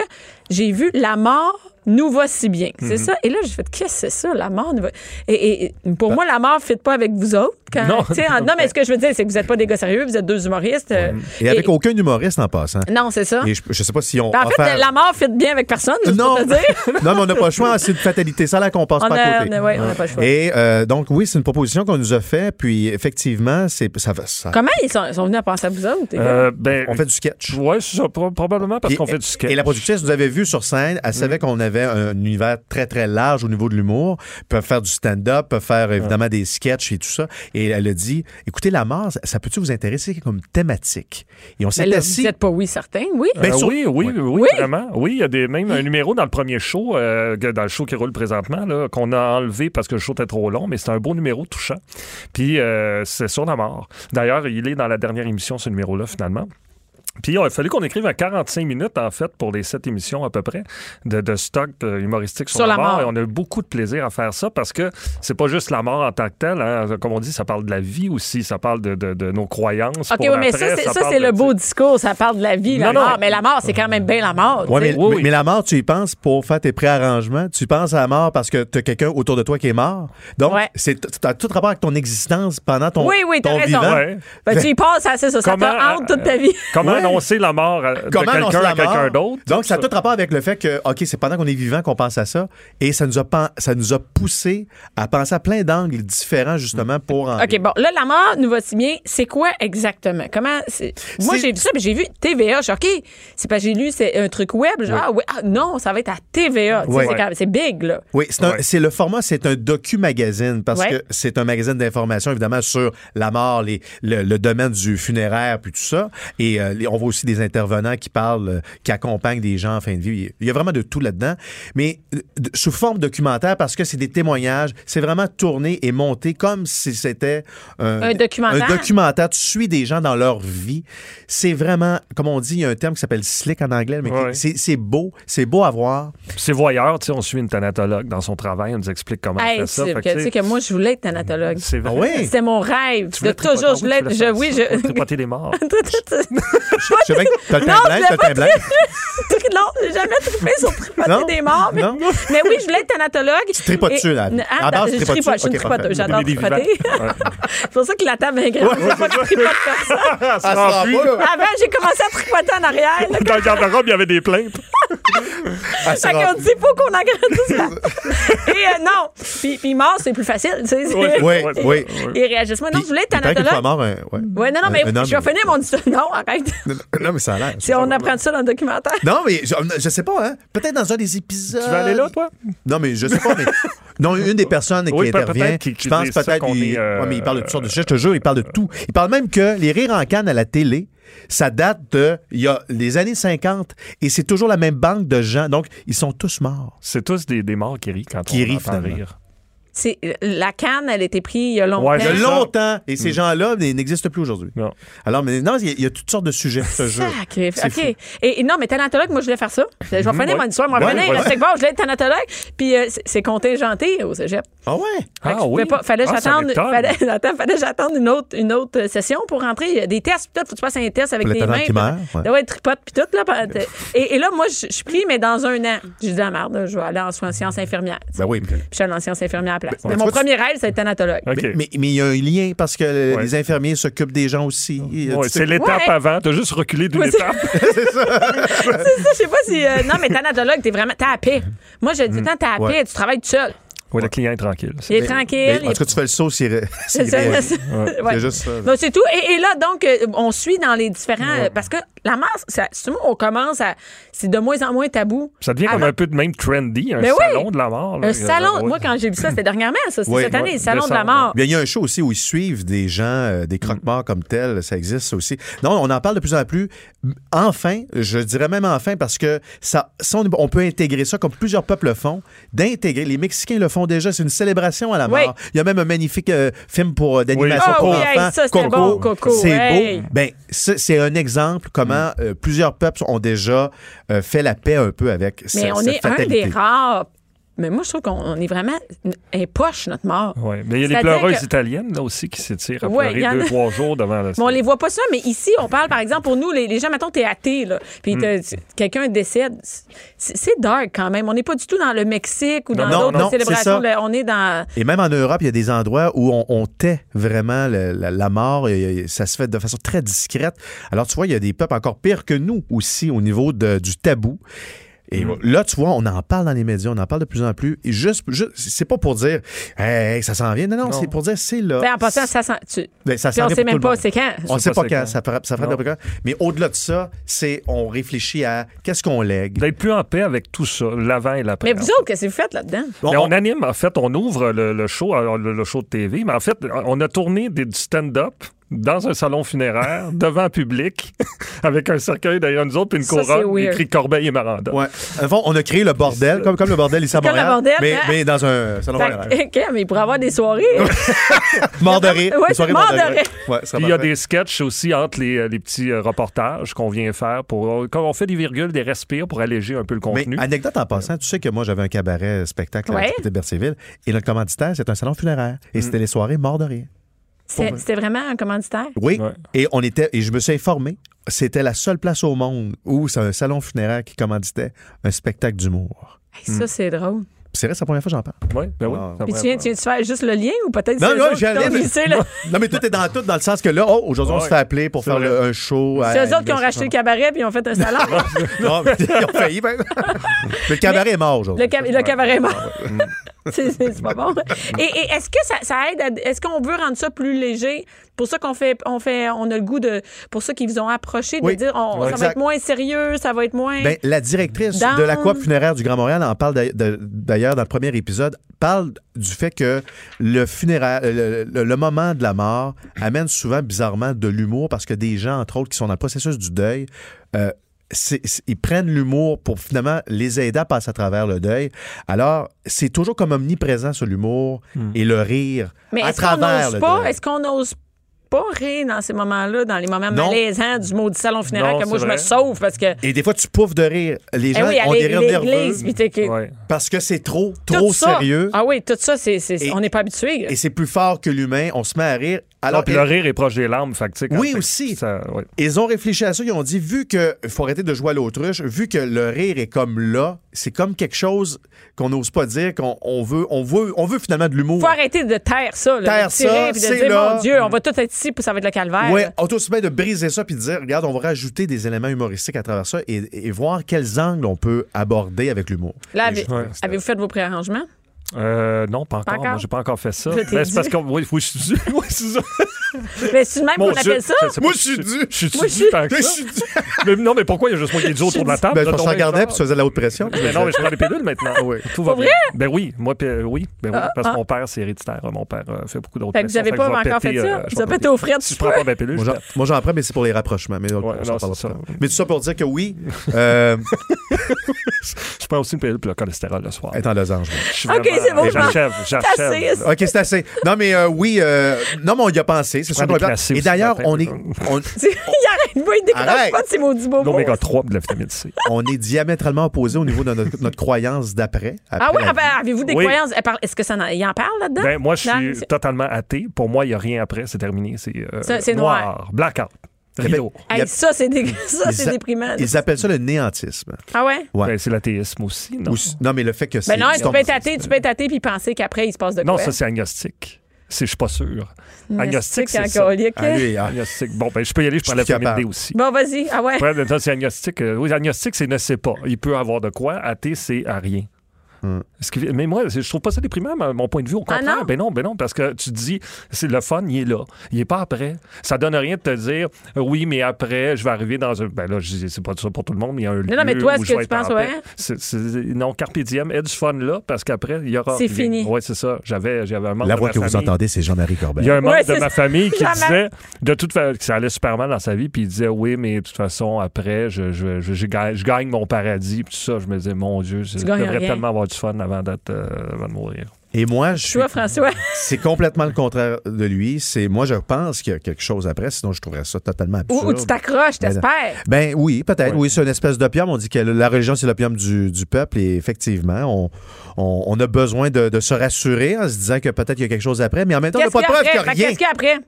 j'ai vu la mort nous va si bien. Mhm. C'est ça. Et là, j'ai fait, qu'est-ce que c'est ça, la mort nous va... Et, et pour moi, la mort ne fit pas avec vous autres. Quand, Ben Non. tu sais, en- non, mais ce que je veux dire, c'est que vous n'êtes pas des gars sérieux, vous êtes deux humoristes. euh, Et avec aucun humoriste en passant. Non, c'est ça. Et je, je sais pas si on. Ben, en fait, enfin- la mort fit bien avec personne, je non. peux te dire. non, mais on n'a pas le choix, c'est une fatalité. Ça, là, qu'on passe On pas a- à côté. on a- ouais, on n'a pas le choix. Et euh, donc, oui, c'est une proposition qu'on nous a faite, puis effectivement, c'est, ça, va- ça- Comment ils sont, ils sont venus à penser à vous autres? les gars? Euh, ben, on fait du sketch. Ouais, c'est ça, pro- probablement parce Et- qu'on fait du Mm. skate. Et la productrice nous avait vu sur scène. Elle savait qu'on avait un univers très, très large au niveau de l'humour. Ils peuvent faire du stand-up, peuvent faire évidemment des sketchs et tout ça. Et elle a dit écoutez, la mort, ça- ça peut-tu vous intéresser comme thématique Et on Mais s'est là, assis. vous n'êtes pas oui, certain, oui. Ben, Euh, sur- oui, oui, oui, Oui. vraiment. Oui, il y a des, même un numéro dans le premier show, euh, que- dans le show qui roule présentement, là, qu'on a enlevé parce que le show était trop long, mais c'est un beau numéro touchant. Puis euh, c'est sur la mort. D'ailleurs, il est dans la dernière émission, ce numéro-là, finalement. Puis il a fallu qu'on écrive à 45 minutes, en fait, pour les sept émissions à peu près, de, de stock euh, humoristique sur, Sur la la, mort. mort. Et on a eu beaucoup de plaisir à faire ça parce que c'est pas juste la mort en tant que telle. hein. Comme on dit, ça parle de la vie aussi, ça parle de, de- de nos croyances. OK, pour oui, mais l'après, ça, c'est, ça, parle c'est de- le beau discours. Ça parle de la vie, la Non, non. mort. Mais la mort, c'est quand même bien la mort. Ouais, tu sais. mais, Oui, mais- oui. mais la mort, tu y penses pour faire tes préarrangements. Tu penses à la mort parce que tu as quelqu'un autour de toi qui est mort. Donc, Ouais. c'est tu as tout rapport avec ton existence pendant ton, oui, oui, t'as ton raison. vivant. euh, Ouais. Ben, tu y passes, ah, c'est ça. Ça te hante toute ta vie. Comment Ouais. annoncer la mort à- de Comment annoncer quelqu'un la à quelqu'un mort? d'autre? Donc, ça a tout rapport avec le fait que, OK, c'est pendant qu'on est vivant qu'on pense à ça. Et ça nous a, pen- ça nous a poussé à penser à plein d'angles différents, justement, pour en. OK, bon, là, la mort nous va si bien. C'est quoi exactement? Comment. c'est- Moi, C'est- j'ai vu ça, mais j'ai vu TVA. Je suis OK. C'est parce que j'ai lu c'est un truc web. Genre, ah, ouais, ah, non, ça va être à TVA. Tu sais, Ouais. C'est, quand même- c'est big, là. Oui, c'est un- c'est le format, c'est un docu-magazine parce Ouais. que c'est un magazine d'information évidemment sur la mort, les, le, le domaine du funéraire puis tout ça. Et euh, les- on voit aussi des intervenants qui parlent, euh, qui accompagnent des gens en fin de vie. Il y a vraiment de tout là-dedans, mais euh, de- sous forme documentaire parce que c'est des témoignages. C'est vraiment tourné et monté comme si c'était Un documentaire. un documentaire. Tu suis des gens dans leur vie. C'est vraiment, comme on dit, il y a un terme qui s'appelle slick en anglais, mais qui- Ouais. c'est c'est beau, c'est beau à voir. C'est voyeur, tu sais, on suit une thanatologue dans son travail, on nous explique comment elle Hey, fait ça. tu fait sais que, que- tu sais que moi, je voulais être thanatologue. c'est vrai. Ah ouais? C'était mon rêve. Tu de voulais tripoter- toujours, je voulais être. tu je- faire oui, ça, tu voulais je. Ah, tripoter les morts. Je sais bien que t'as le teint Non, blanc, je t'as l'ai le pas teint blanc. non, j'ai jamais trippé sur tripoter Non? des morts. Mais, Non? mais oui, je voulais être thanatologue. Tu tripotes dessus, là. Ah, À base, je tu tripotes tripote, je suis une dessus? Ok, tripoteuse. parfait. J'adore Devenez des tripoter. c'est pour ça que la table est grande. Je pas de tripote personne. Ah, ça Ah, rend plus. c'est pas- Avant, j'ai commencé à tripoter en arrière. là, Dans le garde-robe, il y avait des plaintes. ah, c'est Fait rare. qu'on dit, faut qu'on agrandisse la Et euh, non. Puis, puis mort, c'est plus facile. tu sais, c'est- Ouais, Oui, oui. Ouais, Ils réagissent. Moi, non, je voulais être Il paraît qu'une fois thanatologue. mort, un- ouais. Ouais, non, non, mais Un- un homme. je vais finir mon histoire. Non, arrête. Non, mais ça a l'air. Si on apprend ça dans le documentaire. Non, mais je, je sais pas, hein. Peut-être dans un des épisodes. Tu vas aller là, toi? Non, mais je sais pas, mais. Non, une des personnes Oui, qui peut- intervient, peut-être qu'il- je qu'il pense dise ça peut-être. qu'on il- est, euh, ouais, mais il parle de toutes sortes de choses, je te jure, il parle de tout. Il parle même que les rires en canne à la télé, ça date de. Il y a les années 50 et c'est toujours la même banque de gens. Donc, ils sont tous morts. C'est tous des, des morts qui rient quand Qui on rient, entend finalement. rire. C'est- la canne, elle a été prise il y a longtemps. Ouais, Il y a C'est ça. longtemps. Et Mm. ces gens-là ils n'existent plus aujourd'hui. Non. Alors, mais non, il y a- il y a toutes sortes de sujets, je te jure. Sacré. C'est fou. Ah, Mhm, OK. Et, et non, mais thanatologue, moi, je voulais faire ça. Je vais revenir ouais. mon histoire. Moi, Ouais, revenir. voilà. Fait que bon, je voulais être thanatologue. Puis euh, c'est- c'est contingenté au cégep. Ah ouais? Fait que Ah je pouvais oui? pas- fallait que Ah, ça j'attende m'étonne. fallait, attends, fallait que j'attende une autre, une autre euh, session pour rentrer. Il y a des tests. Peut-être faut que tu passes un test avec Pour tes le talent mains. qui meurt, puis- ouais. ouais, tripote, puis tout. Là, par- et, et là, moi, je je suis pris, mais dans un an. J'ai dit, ah, merde, là, je vais aller en soins sciences infirmières. tu sais. Ben oui. Puis je suis allée en sciences infirmières à la place. Ben, mais tu mon vois, tu- premier rêve, c'est être thanatologue. OK. Mais- Mais mais il y a un lien parce que Ouais. les infirmiers s'occupent des gens aussi. Ouais, Tu sais- c'est l'étape Ouais. avant. T'as juste reculé d'une Ouais, c'est- étape. C'est ça, je sais pas si. euh, non, mais thanatologue, t'es vraiment. T'es à paix. Moi, je dis, tant t'es à Hmm. Ouais. paix, tu travailles tout seul. Oui, le client est tranquille. Il est Mais- tranquille. mais en il- tout cas, tu fais le saut s'il ré- c'est s'il ça, réagit. c'est- ouais. C'est juste ça. Donc, Ben, c'est tout. Et, et là, donc, euh, on suit dans les différents. euh, Parce que la masse, ça, souvent, on commence à. C'est de moins en moins tabou. Ça devient comme Avant- un peu de même trendy, un Mais oui. salon de la mort. là. Un salon. Ouais. Moi, quand j'ai vu ça, c'était dernièrement, ça. C'est Oui, cette année, ouais, le salon de la décembre, mort. Bien, il y a un show aussi où ils suivent des gens, euh, Mm. des croque-morts comme tels, ça existe ça aussi. Non, on en parle de plus en plus. Enfin, je dirais même enfin, parce que ça, ça, on, on peut intégrer ça comme plusieurs peuples le font, d'intégrer. Les Mexicains le font déjà, c'est une célébration à la mort. Oui. Il y a même un magnifique euh, film pour euh, d'animation Ah pour oui, hey, enfants, ça, c'était Coco. bon, Coco, C'est hey. Mm. beau. Ben, ça, c'est un exemple comment euh, plusieurs peuples ont déjà euh, fait la paix un peu avec Mais ce- on cette est un fatalité. des rares Mais moi, je trouve qu'on on est vraiment un poche, notre mort. Ouais. Mais il y a des C'est-à-dire pleureuses que- italiennes là, aussi qui s'étirent à Ouais, il y pleurer en deux, a- trois jours devant la Mais on les voit pas ça, mais ici, on parle, par exemple, pour nous, les, les gens, mettons, t'es athée, là, Mm. puis t'as- tu- quelqu'un décède. C'est c'est dark quand même. On n'est pas du tout dans le Mexique ou dans non, d'autres non, c'est célébrations. ça. là. on est dans. Et même en Europe, il y a des endroits où on, on tait vraiment le- la, la mort. et- et ça se fait de façon très discrète. Alors, tu vois, il y a des peuples encore pires que nous aussi au niveau de- du tabou. Et là, tu vois, on en parle dans les médias, on en parle de plus en plus. Et juste, juste- c'est pas pour dire, hey, ça s'en vient. Non, non, Non. c'est pour dire, c'est là. Ben, en passant, ça sent. tu- Ben, ça puis s'en on vient sait pour même tout le pas monde. c'est quand. On ne sait pas c'est quand, quand. ça frappe, ça frappe Non. n'importe quand. Mais au-delà de ça, c'est on réfléchit à qu'est-ce qu'on lègue. D'être plus en paix avec tout ça, l'avant et l'après. Mais vous autres, qu'est-ce que vous faites là-dedans? Bon, Mais ben, on- on anime, en fait, on ouvre le, le show, euh, le, le show de TV, mais en fait, on a tourné des, du stand-up dans un salon funéraire, devant public, avec un cercueil derrière nous autres, puis une Ça, c'est couronne, weird. écrit Corbeil et Maranda. Ouais. En fond, on a créé le bordel, comme, comme le bordel ici à Comme le Montréal, bordel, mais, hein? mais dans un salon Fait funéraire. que- OK, mais il pourrait avoir des soirées. Mort de rire. Ouais, Une c'est soirée mort de rire. rire. Ouais, ça Puis il y a parfait. des sketchs aussi entre les, euh, les petits euh, reportages qu'on vient faire pour. euh, Quand on fait des virgules, des respires pour alléger un peu le Mais contenu. anecdote en passant, tu sais que moi j'avais un cabaret spectacle à Ouais. la Cité de Bercéville et notre commanditaire c'est un salon funéraire Mm. et c'était les soirées mort de rire. C'est- C'était vraiment un commanditaire. Oui, Ouais. et on était et je me suis informé, c'était la seule place au monde où c'est un salon funéraire qui commanditait un spectacle d'humour. Hey, ça, c'est drôle. Puis C'est vrai, c'est la première fois que j'en parle. Ouais, ben oui. Ah. Ça Puis va tu viens, être- tu viens-tu faire juste le lien ou peut-être Non, c'est eux non, autres j'ai qui rien, t'ont mais- glissé, là? Non, mais tout est dans tout, dans le sens que là, oh, aujourd'hui, on se fait appeler pour faire le- un show. à- C'est eux autres qui ont racheté le cabaret puis ils ont fait un salon. Non, mais ils ont failli, ben. Mais le cabaret est mort aujourd'hui. Le, ca- le cabaret mort. c'est c'est pas bon. Et, et est-ce que ça, ça aide? à- Est-ce qu'on veut rendre ça plus léger? Pour ça qu'on fait, on fait, on a le goût de, pour ceux qui vous ont approché, de Oui. dire, on- ça va Ouais, exact. être moins sérieux, ça va être moins. Ben, la directrice Down. de la coop funéraire du Grand Montréal en parle d'ailleurs- de- d'ailleurs dans le premier épisode, parle du fait que le, funéraire, euh, le, le- le moment de la mort amène souvent bizarrement de l'humour parce que des gens, entre autres, qui sont dans le processus du deuil, euh, c'est- c'est- ils prennent l'humour pour finalement les aider à passer à travers le deuil. Alors, c'est toujours comme omniprésent sur l'humour et le rire mais à est-ce qu'on travers n'ose le pas? deuil. Est-ce qu'on n'ose pas rire dans ces moments-là, dans les moments Non. malaisants du maudit salon funéraire Non, que moi c'est je me vrai. sauve parce que. Et des fois, tu pouffes de rire. Les Eh gens oui, à ont des l'é- rires l'église, nerveux puis t'es que- Ouais. parce que c'est trop, tout trop ça. sérieux. Ah oui, tout ça, c'est, c'est- Et- on n'est pas habitué. et c'est plus fort que l'humain. On se met à rire. Alors, Alors, Ah, puis le rire est proche des larmes, fait que, tu sais, quand Oui, t'es- aussi. ça- ouais. ils, ils ont réfléchi à ça. Ils ont dit, vu que faut arrêter de jouer à l'autruche, vu que le rire est comme là, c'est comme quelque chose qu'on n'ose pas dire, qu'on on veut, on veut, on veut finalement de l'humour. faut arrêter de taire ça, là, Taire de tirer ça, puis de c'est dire là. mon Dieu, on va tout être ici puis ça va être le calvaire. Ouais, on doit aussi bien de briser ça puis de dire, regarde, on va rajouter des éléments humoristiques à travers ça et, et voir quels angles on peut aborder avec l'humour. Là, Et avez- je- Ouais. avez-vous fait vos préarrangements? Euh, non, pas encore. Pas encore? Moi, j'ai pas encore fait ça. Je t'ai Ben, c'est parce dit. que. Oui, oui, je suis oui, c'est ça. Mais c'est le même Mon qu'on Dieu, appelle ça? je sais pas Moi, si je suis dû. Je suis Moi, dû je suis- tant que Mais je ça. suis dû. Mais non, mais pourquoi il y a juste moi qui est dû autour de la table? Ben, je Là, pense que ton je regardais mec, puis tu faisais la haute pression. Mais non, mais je prends des pilules maintenant. oui. Tout va Pour bien. vrai? Ah, Ben oui, moi, puis, euh, oui, ben oui, parce que mon père, c'est héréditaire. Mon père euh, fait beaucoup d'autres Fait que vous avez pas encore fait euh, ça? Vous avez pété aux frettes, Si euh, je tu prends peux? pas mes pilules, Moi, je j'en- Moi, j'en prends, mais c'est pour les rapprochements. Mais, on- Ouais, on non, s'en parle c'est pas. ça. mais tout ça pour dire que oui, euh, pète. Je prends aussi une pilule pour le cholestérol le soir. être en losange. oui. Je suis Ok, vraiment- c'est bon, Et je m'en- J'achève, j'achève. assez. OK, c'est assez. Non, mais euh, oui, euh, non, mais on y a pensé. C'est sûr prends qu'on des y pense. classés Et aussi d'ailleurs, ce matin, on est, on, il arrête pas, il décroche Arrête. pas de ces maudits bobos. L'oméga 3 de la vitamine C. on est diamétralement opposés au niveau de notre, notre croyance d'après. Ah Après oui, la ah ben, avez-vous des Oui. croyances? Elle parle- Est-ce que ça en, il en parle là-dedans? Ben, moi, Hein? Dans- je suis totalement athée. Pour moi, il n'y a rien après. C'est terminé. C'est euh, Ça, c'est noir. Blackout. Rideau. Hey, il y a- ça, c'est dé- ça, Ils ah ben, c'est a- déprimant. Ils appellent ça le néantisme. Ah ouais? Ouais. Ben, c'est l'athéisme aussi, non? Ou s- non, mais le fait que c'est. Ben non, tu tu tombes- peux être athée, tu peux être athée puis penser qu'après, il se passe de Non, quoi? ça, c'est agnostique. C'est, je suis pas sûr. Agnostique, Mystique, c'est ça. alcoolique. Ah, lui, ah, Agnostique. Bon, ben, je peux y aller. Je prends suis la vitamine capable. D aussi. Bon, vas-y. Ah ouais? Ouais, mais attends, c'est agnostique. Euh, Oui, agnostique, c'est ne sait pas. Il peut avoir de quoi. Athée, c'est à rien. Hmm. Ce qui- mais moi, je trouve pas ça déprimant, ma- mon point de vue. Au Ah contraire, non? ben non, ben non, parce que tu te dis, c'est le fun, il est là. Il est pas après. Ça donne rien de te dire, euh, oui, mais après, je vais arriver dans un. Ben là, je dis, c'est pas ça pour tout le monde, mais il y a un lieu. non, mais toi, où est-ce je que vais tu être en penses, paix. ouais? C'est- c'est- Non, Carpe Diem, aie du fun là, parce qu'après, il y aura. C'est fini. Oui, c'est ça. J'avais j'avais un membre La de voix ma que vous famille. entendez, c'est Jean-Marie Corbel. Il y a un membre Ouais, de c'est ma ça. famille qui Jamais. disait de toute fa- que ça allait super mal dans sa vie, puis il disait oui, mais de toute façon, après, je, je, je, je gagne, je gagne mon paradis, puis tout ça. Je me disais, mon Dieu, je je gagnes devrais rien. tellement avoir du fun avant, d'être, euh, avant de mourir. Et moi, je suis Toi, François. C'est complètement le contraire de lui. C'est moi, je pense qu'il y a quelque chose après, sinon je trouverais ça totalement Ou, absurde. ou tu t'accroches, Ben, t'espères. Ben oui, peut-être. Oui, c'est une espèce d'opium. On dit que la religion, c'est l'opium du, du peuple. Et effectivement, on, on- on a besoin de, de se rassurer en se disant que peut-être qu'il y a quelque chose après. Mais en même temps, on n'a Qu'est-ce qu'il pas de y a preuve après? que Fait que rien. Qu'est-ce Ah qu'il y a après?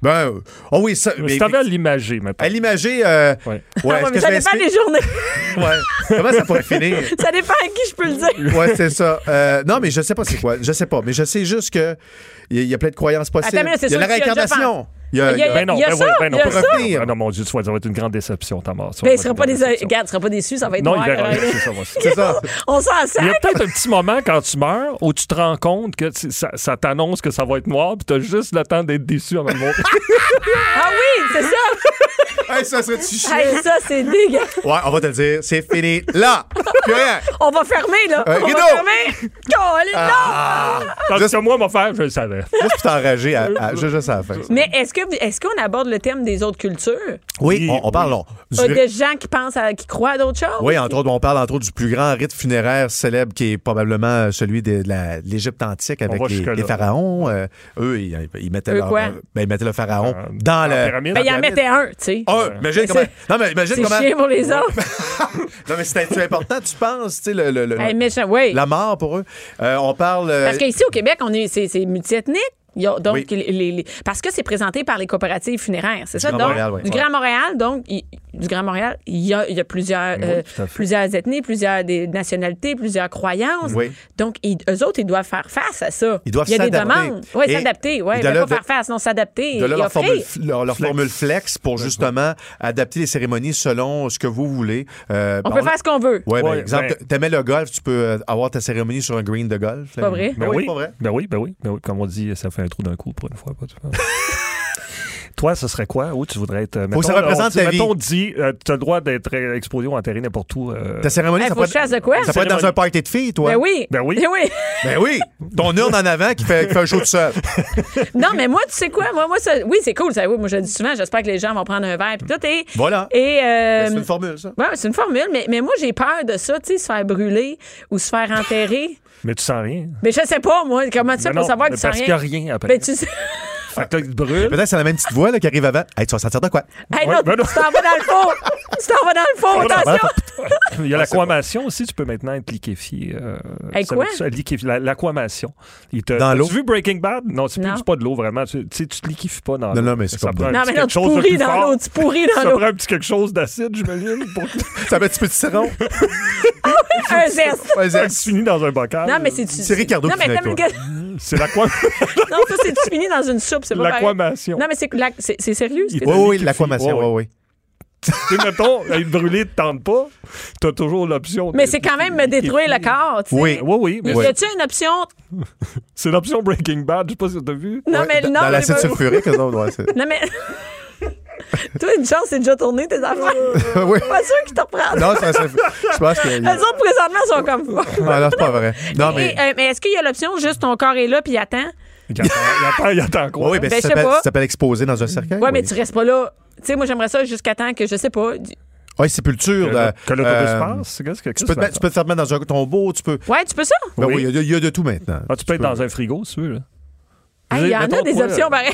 Ben, euh, oh oui, ça. mais Si t'avais à l'imager, maintenant. à l'imager, euh, Ouais. ouais, Ah ouais, est-ce mais que ça ça dépend inspire- des journées. Ouais. Comment ça pourrait finir? ça dépend à qui je peux le dire. Ouais, c'est ça. Euh, non, mais je sais pas c'est quoi. Je sais pas. Mais je sais juste que il y, a- il y a plein de croyances possibles. Attends, mais là, c'est il y a sûr la qu'il y a déjà réincarnation. Il y Il y a- il y a- Ben non, Il y a ben ça, oui, ben non. il y a pas ça. revenir. Ah non, mon Dieu, tu vois, ça va être une grande déception, ta mort. Ça va Ben, il être sera une pas grande déçu. déception. Regarde, il sera pas déçu, ça va être Non, il noir. verra rien, euh, c'est ça, moi, c'est- C'est ça. On s'en sert. Il y a peut-être un petit moment quand tu meurs où tu te rends compte que tu- ça, ça t'annonce que ça va être noir, puis t'as juste le temps d'être déçu avant de mourir. Ah oui, c'est ça. Hey, ça serait-tu chiant? Hey, ça, c'est dégueu. Ouais, on va te le dire. C'est fini. Là! Plus rien! On va fermer, là. Euh, on rideau. va fermer. Colin, Ah! non! Parce que moi, mon frère, je le savais. Juste pour t'enrager à, à- juste, juste à la fin. Mais est-ce que est-ce qu'on aborde le thème des autres cultures? Oui, on, on parle. on- du- Euh, de gens qui pensent à, qui croient à d'autres choses? oui, entre autres, on parle entre autres du plus grand rite funéraire célèbre qui est probablement euh, celui de, la- de l'Égypte antique avec va les, jusque-là. les pharaons. Euh, eux, ils, ils mettaient Eux leur- quoi? ben, ils mettaient le pharaon Euh, dans la le. pyramide. Ben, il en pyramide. mettait un, tu sais. Oh, imagine comment. Non, mais imagine C'est comment. chier pour les autres. non, mais c'est c'est important, tu penses, tu sais, le, le- le- Hey, méchant, oui. la mort pour eux. Euh, on parle. euh, Parce qu'ici, au Québec, on est, c'est, c'est multiethnique. Il y a donc Oui. les- les- les- parce que c'est présenté par les coopératives funéraires, c'est ça? Grand donc, Montréal, oui. Du Grand Montréal, donc, il- du Grand Montréal, il y a, il y a plusieurs, euh, tout à fait. plusieurs ethnies, plusieurs des nationalités, plusieurs croyances. Oui. Donc, ils, eux autres, ils doivent faire face à ça. Ils doivent Il y a des s'adapter. demandes. Oui, Et s'adapter. Oui, de Ben, là, pas de- faire face, non, s'adapter. de là, et leur, offrir. formule, leur, leur Flex. formule flex pour justement adapter les cérémonies selon ce que vous voulez. Euh, On ben, peut faire ce qu'on veut. Ouais, par Ouais, exemple, ben- t'aimais le golf, tu peux euh, avoir ta cérémonie sur un green de golf. Pas vrai. Ben oui, oui, pas vrai. ben oui, ben oui, ben oui. Comme on dit, ça fait un trou d'un coup pour une fois. pas de- Toi, ce serait quoi? Où tu voudrais être? euh, Faut que ça mettons, représente on dit- ta vie. Mettons, on dit, tu as le droit d'être euh, exposé ou enterré n'importe où. euh, Ta cérémonie, Hey, ça faut peut que je fasse de quoi? être, ça peut être dans un party de filles, toi. Ben oui. Ben oui. Ben oui. Ton urne en avant qui fait, qui fait un show de sol. Non, mais moi, tu sais quoi? Moi, moi ça, oui, c'est cool. Ça, oui, moi, je le dis souvent, j'espère que les gens vont prendre un verre. Puis tout. Et, Voilà. Et, Ben, euh, C'est une formule, ça. Ouais, c'est une formule, mais, mais moi, j'ai peur de ça, tu sais, se faire brûler ou se faire enterrer. Mais tu sens rien. mais je sais pas, moi, comment Ah, tu fais Ben pour non, savoir que mais tu sens parce rien? qu'il y a rien après. Ben, tu sais. Fait que là, il te brûle. Peut-être que c'est la même petite voix là, qui arrive avant. Hey, tu vas sentir de quoi? Hey, Ouais, non, ben non. Ah, tu t'en vas dans le fond! tu t'en vas dans le fond, attention! Il Ah, y a l'aquamation aussi, tu peux maintenant être liquéfié. euh, Hey, ça quoi? veut dire ça, liquéfi- la- L'aquamation. Il te- Dans l'eau? As-tu vu Breaking Bad? Non, c'est plus- Non. c'est pas de l'eau vraiment. Tu tu sais, tu te liquéfies pas dans Non, l'eau. non, mais c'est Ça comme prend un Non, petit mais non, quelque tu chose de pourris plus dans fort. l'eau, tu pourris Ça dans l'eau. prend un petit quelque chose d'acide, j'imagine, pour que Ça met un petit peu de citron. Un zeste! ça se finisse dans un bocal. Non, mais c'est tu. C'est Ricardo Non, qui mais venait comme avec le C'est l'aquam- gars- Non, ça, c'est tu finis dans une soupe, c'est pas pareil. l'aquamation. Non, mais c'est la- c'est c'est sérieux? ce que Oui, tu- oui, l'aquamation. Ouais, Oui, oui. ouais. Tu sais, mettons, il brûlé, te tente pas, t'as toujours l'option. de- Mais c'est quand même me détruire le corps, tu sais. Oui. Oui, oui, mais Y a-tu une option? c'est l'option Breaking Bad, je sais pas si t'as vu. Non, Ouais, mais dans- non, Dans mais- l'acide sulfurique, eux autres, ouais, c'est- Non, mais. Toi, une chance, c'est déjà tourné tes affaires. Oui. Pas sûr qu'ils te reprennent. Non, ça, ça- je pense que. Les autres, présentement, sont comme. Ah, non, c'est pas vrai. Non, mais. Et, euh, mais est-ce qu'il y a l'option juste ton corps est là puis il attend? Il attend, il attend, il attend quoi? Ouais, oui, ben, Ben, ça je sais s'appelle- pas. ça s'appelle exposer dans un cercueil. Ouais, mais oui. tu restes pas là. Tu sais, moi, j'aimerais ça jusqu'à temps que, je sais pas. du- Oui, sépulture. Que, là, que l'autobus euh, passe? c'est Qu'est-ce que Tu peux, te, mettre- tu peux te faire mettre dans un tombeau, tu peux. Ouais, tu peux ça? Ben Oui. oui, il y a- il y, a de tout maintenant. Ah, tu peux être dans un frigo, si tu veux. là. Hey, Il y en Mettons, a des toi, options pareil.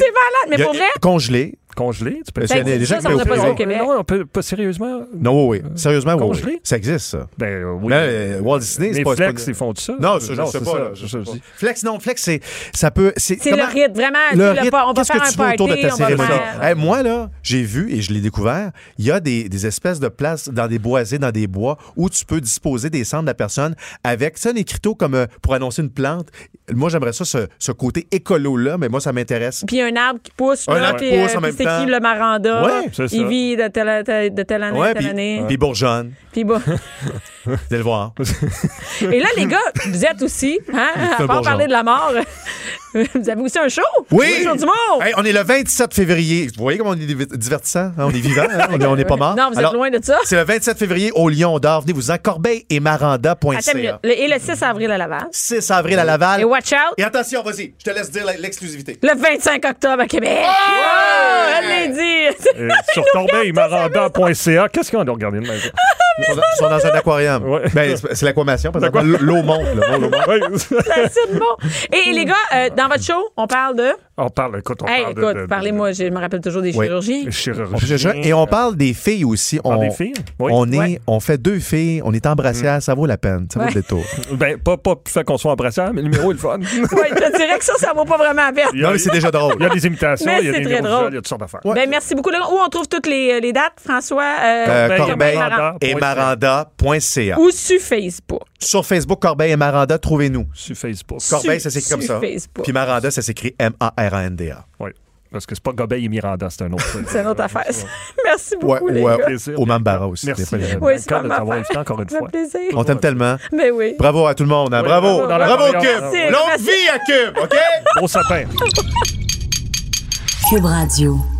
C'est malade, mais euh, Il y a- pour vrai. Congelé. Congelé, tu peux Ben, c'est- il y a des gens Ça, qui ça, mettent on n'a au pas ça frigo. au Québec. Non, on peut, pas sérieusement. Non, oui, oui. Sérieusement, oui, Congelé? oui. Ça existe, ça. Ben euh, oui. Là, euh, Walt Disney, c'est les pas. c'est pas- flex, ils font de ça. Non, ça, je sais c'est pas. ça, là, je c'est sais ça, pas. je dis. Flex, non, flex, c'est. Ça peut. C'est comment- le rite, vraiment. tu Le sais, rythme, pas- on va qu'est-ce faire que un tu veux party, autour de ta on va cérémonie? Ah, faire- Hey, moi, là, j'ai vu et je l'ai découvert, il y a des, des espèces de places dans des boisés, dans des bois, où tu peux disposer des cendres de la personne avec, ça, un écriteau comme euh, pour annoncer une plante. Moi, j'aimerais ça, ce, ce côté écolo-là, mais moi, ça m'intéresse. Puis un arbre qui pousse, Un là, arbre puis, euh, qui pousse en puis même c'est temps. qui le maranda? Ouais, c'est ça. Il vit de telle, de telle année, Ouais, telle puis, année. puis bourgeonne. Puis bon. Vous allez le voir. Et là, les gars, vous êtes aussi, hein, à fait part bon parler genre. de la mort, vous avez aussi un show? Oui! Le show du monde! Hey, on est le 27 février. Vous voyez comment on est div- divertissant? hein? On est vivant, hein? on, est, on est pas mort. Non, vous êtes Alors, loin de ça. C'est le 27 février au Lyon d'Or. Venez-vous en Corbeil Attends et une minute. Maranda.ca. Le- Et le 6 avril à Laval. 6 avril à Laval. Et watch out, Et attention, vas-y, je te laisse dire la- l'exclusivité. le 25 octobre à Québec. Oh, elle l'a dit. Euh, Sur tombeilmaranda.ca, qu'est-ce qu'on a regardé de même? Ils sont, dans- ils sont dans un aquarium. Ouais. Ben, c'est c'est l'aquamation, parce que L'aqua- l'eau monte. là, l'eau monte. Ouais. C'est bon. Et les gars, euh, dans votre show, on parle de. on parle, écoute, on Hey, parle de- de, écoute, de- parlez-moi, je me rappelle toujours des Oui. chirurgies. de chirurgien. On fait ça. Et on parle des filles aussi. parle des filles? Oui. Mm. on est, Ouais. on fait deux filles, on est en brassière, ça vaut la peine, ça vaut le détour. Ben, pas, pas plus fait qu'on soit en brassière, mais le numéro est le fun. Ouais, je te dirais que ça, ça vaut pas vraiment la peine. Il y a- Non, mais c'est déjà drôle. Il y a des imitations, Mais il y a c'est des très numéros drôle. visuels, il y a toutes sortes d'affaires. Ben, merci beaucoup. les gars. Où on trouve toutes les, les dates, François? Euh, Euh, Corbeil, Corbeil Maranda. et Maranda.ca. Ou sur Facebook. Sur Facebook, Corbeil et Maranda, trouvez-nous. Sur Facebook. Corbeil, Sur- ça s'écrit comme sur ça. Facebook. Puis Maranda, ça s'écrit M-A-R-A-N-D-A. Oui. Parce que c'est pas Gobeil et Miranda, c'est un autre. C'est notre affaire. ça. merci beaucoup, les ou, euh, gars. gars. au Mambara aussi. Merci. des fois, il y a- euh, Oui, c'est Nicole, pas de ma t'avoir affaire. invité encore une Ça fait fois. plaisir. On t'aime tellement. Mais oui. Bravo à tout le monde. hein. Oui, bravo. bravo, dans la Bravo, première, Cube. bravo. Longue vie à Cube, OK? Beau sapin. Cube Radio.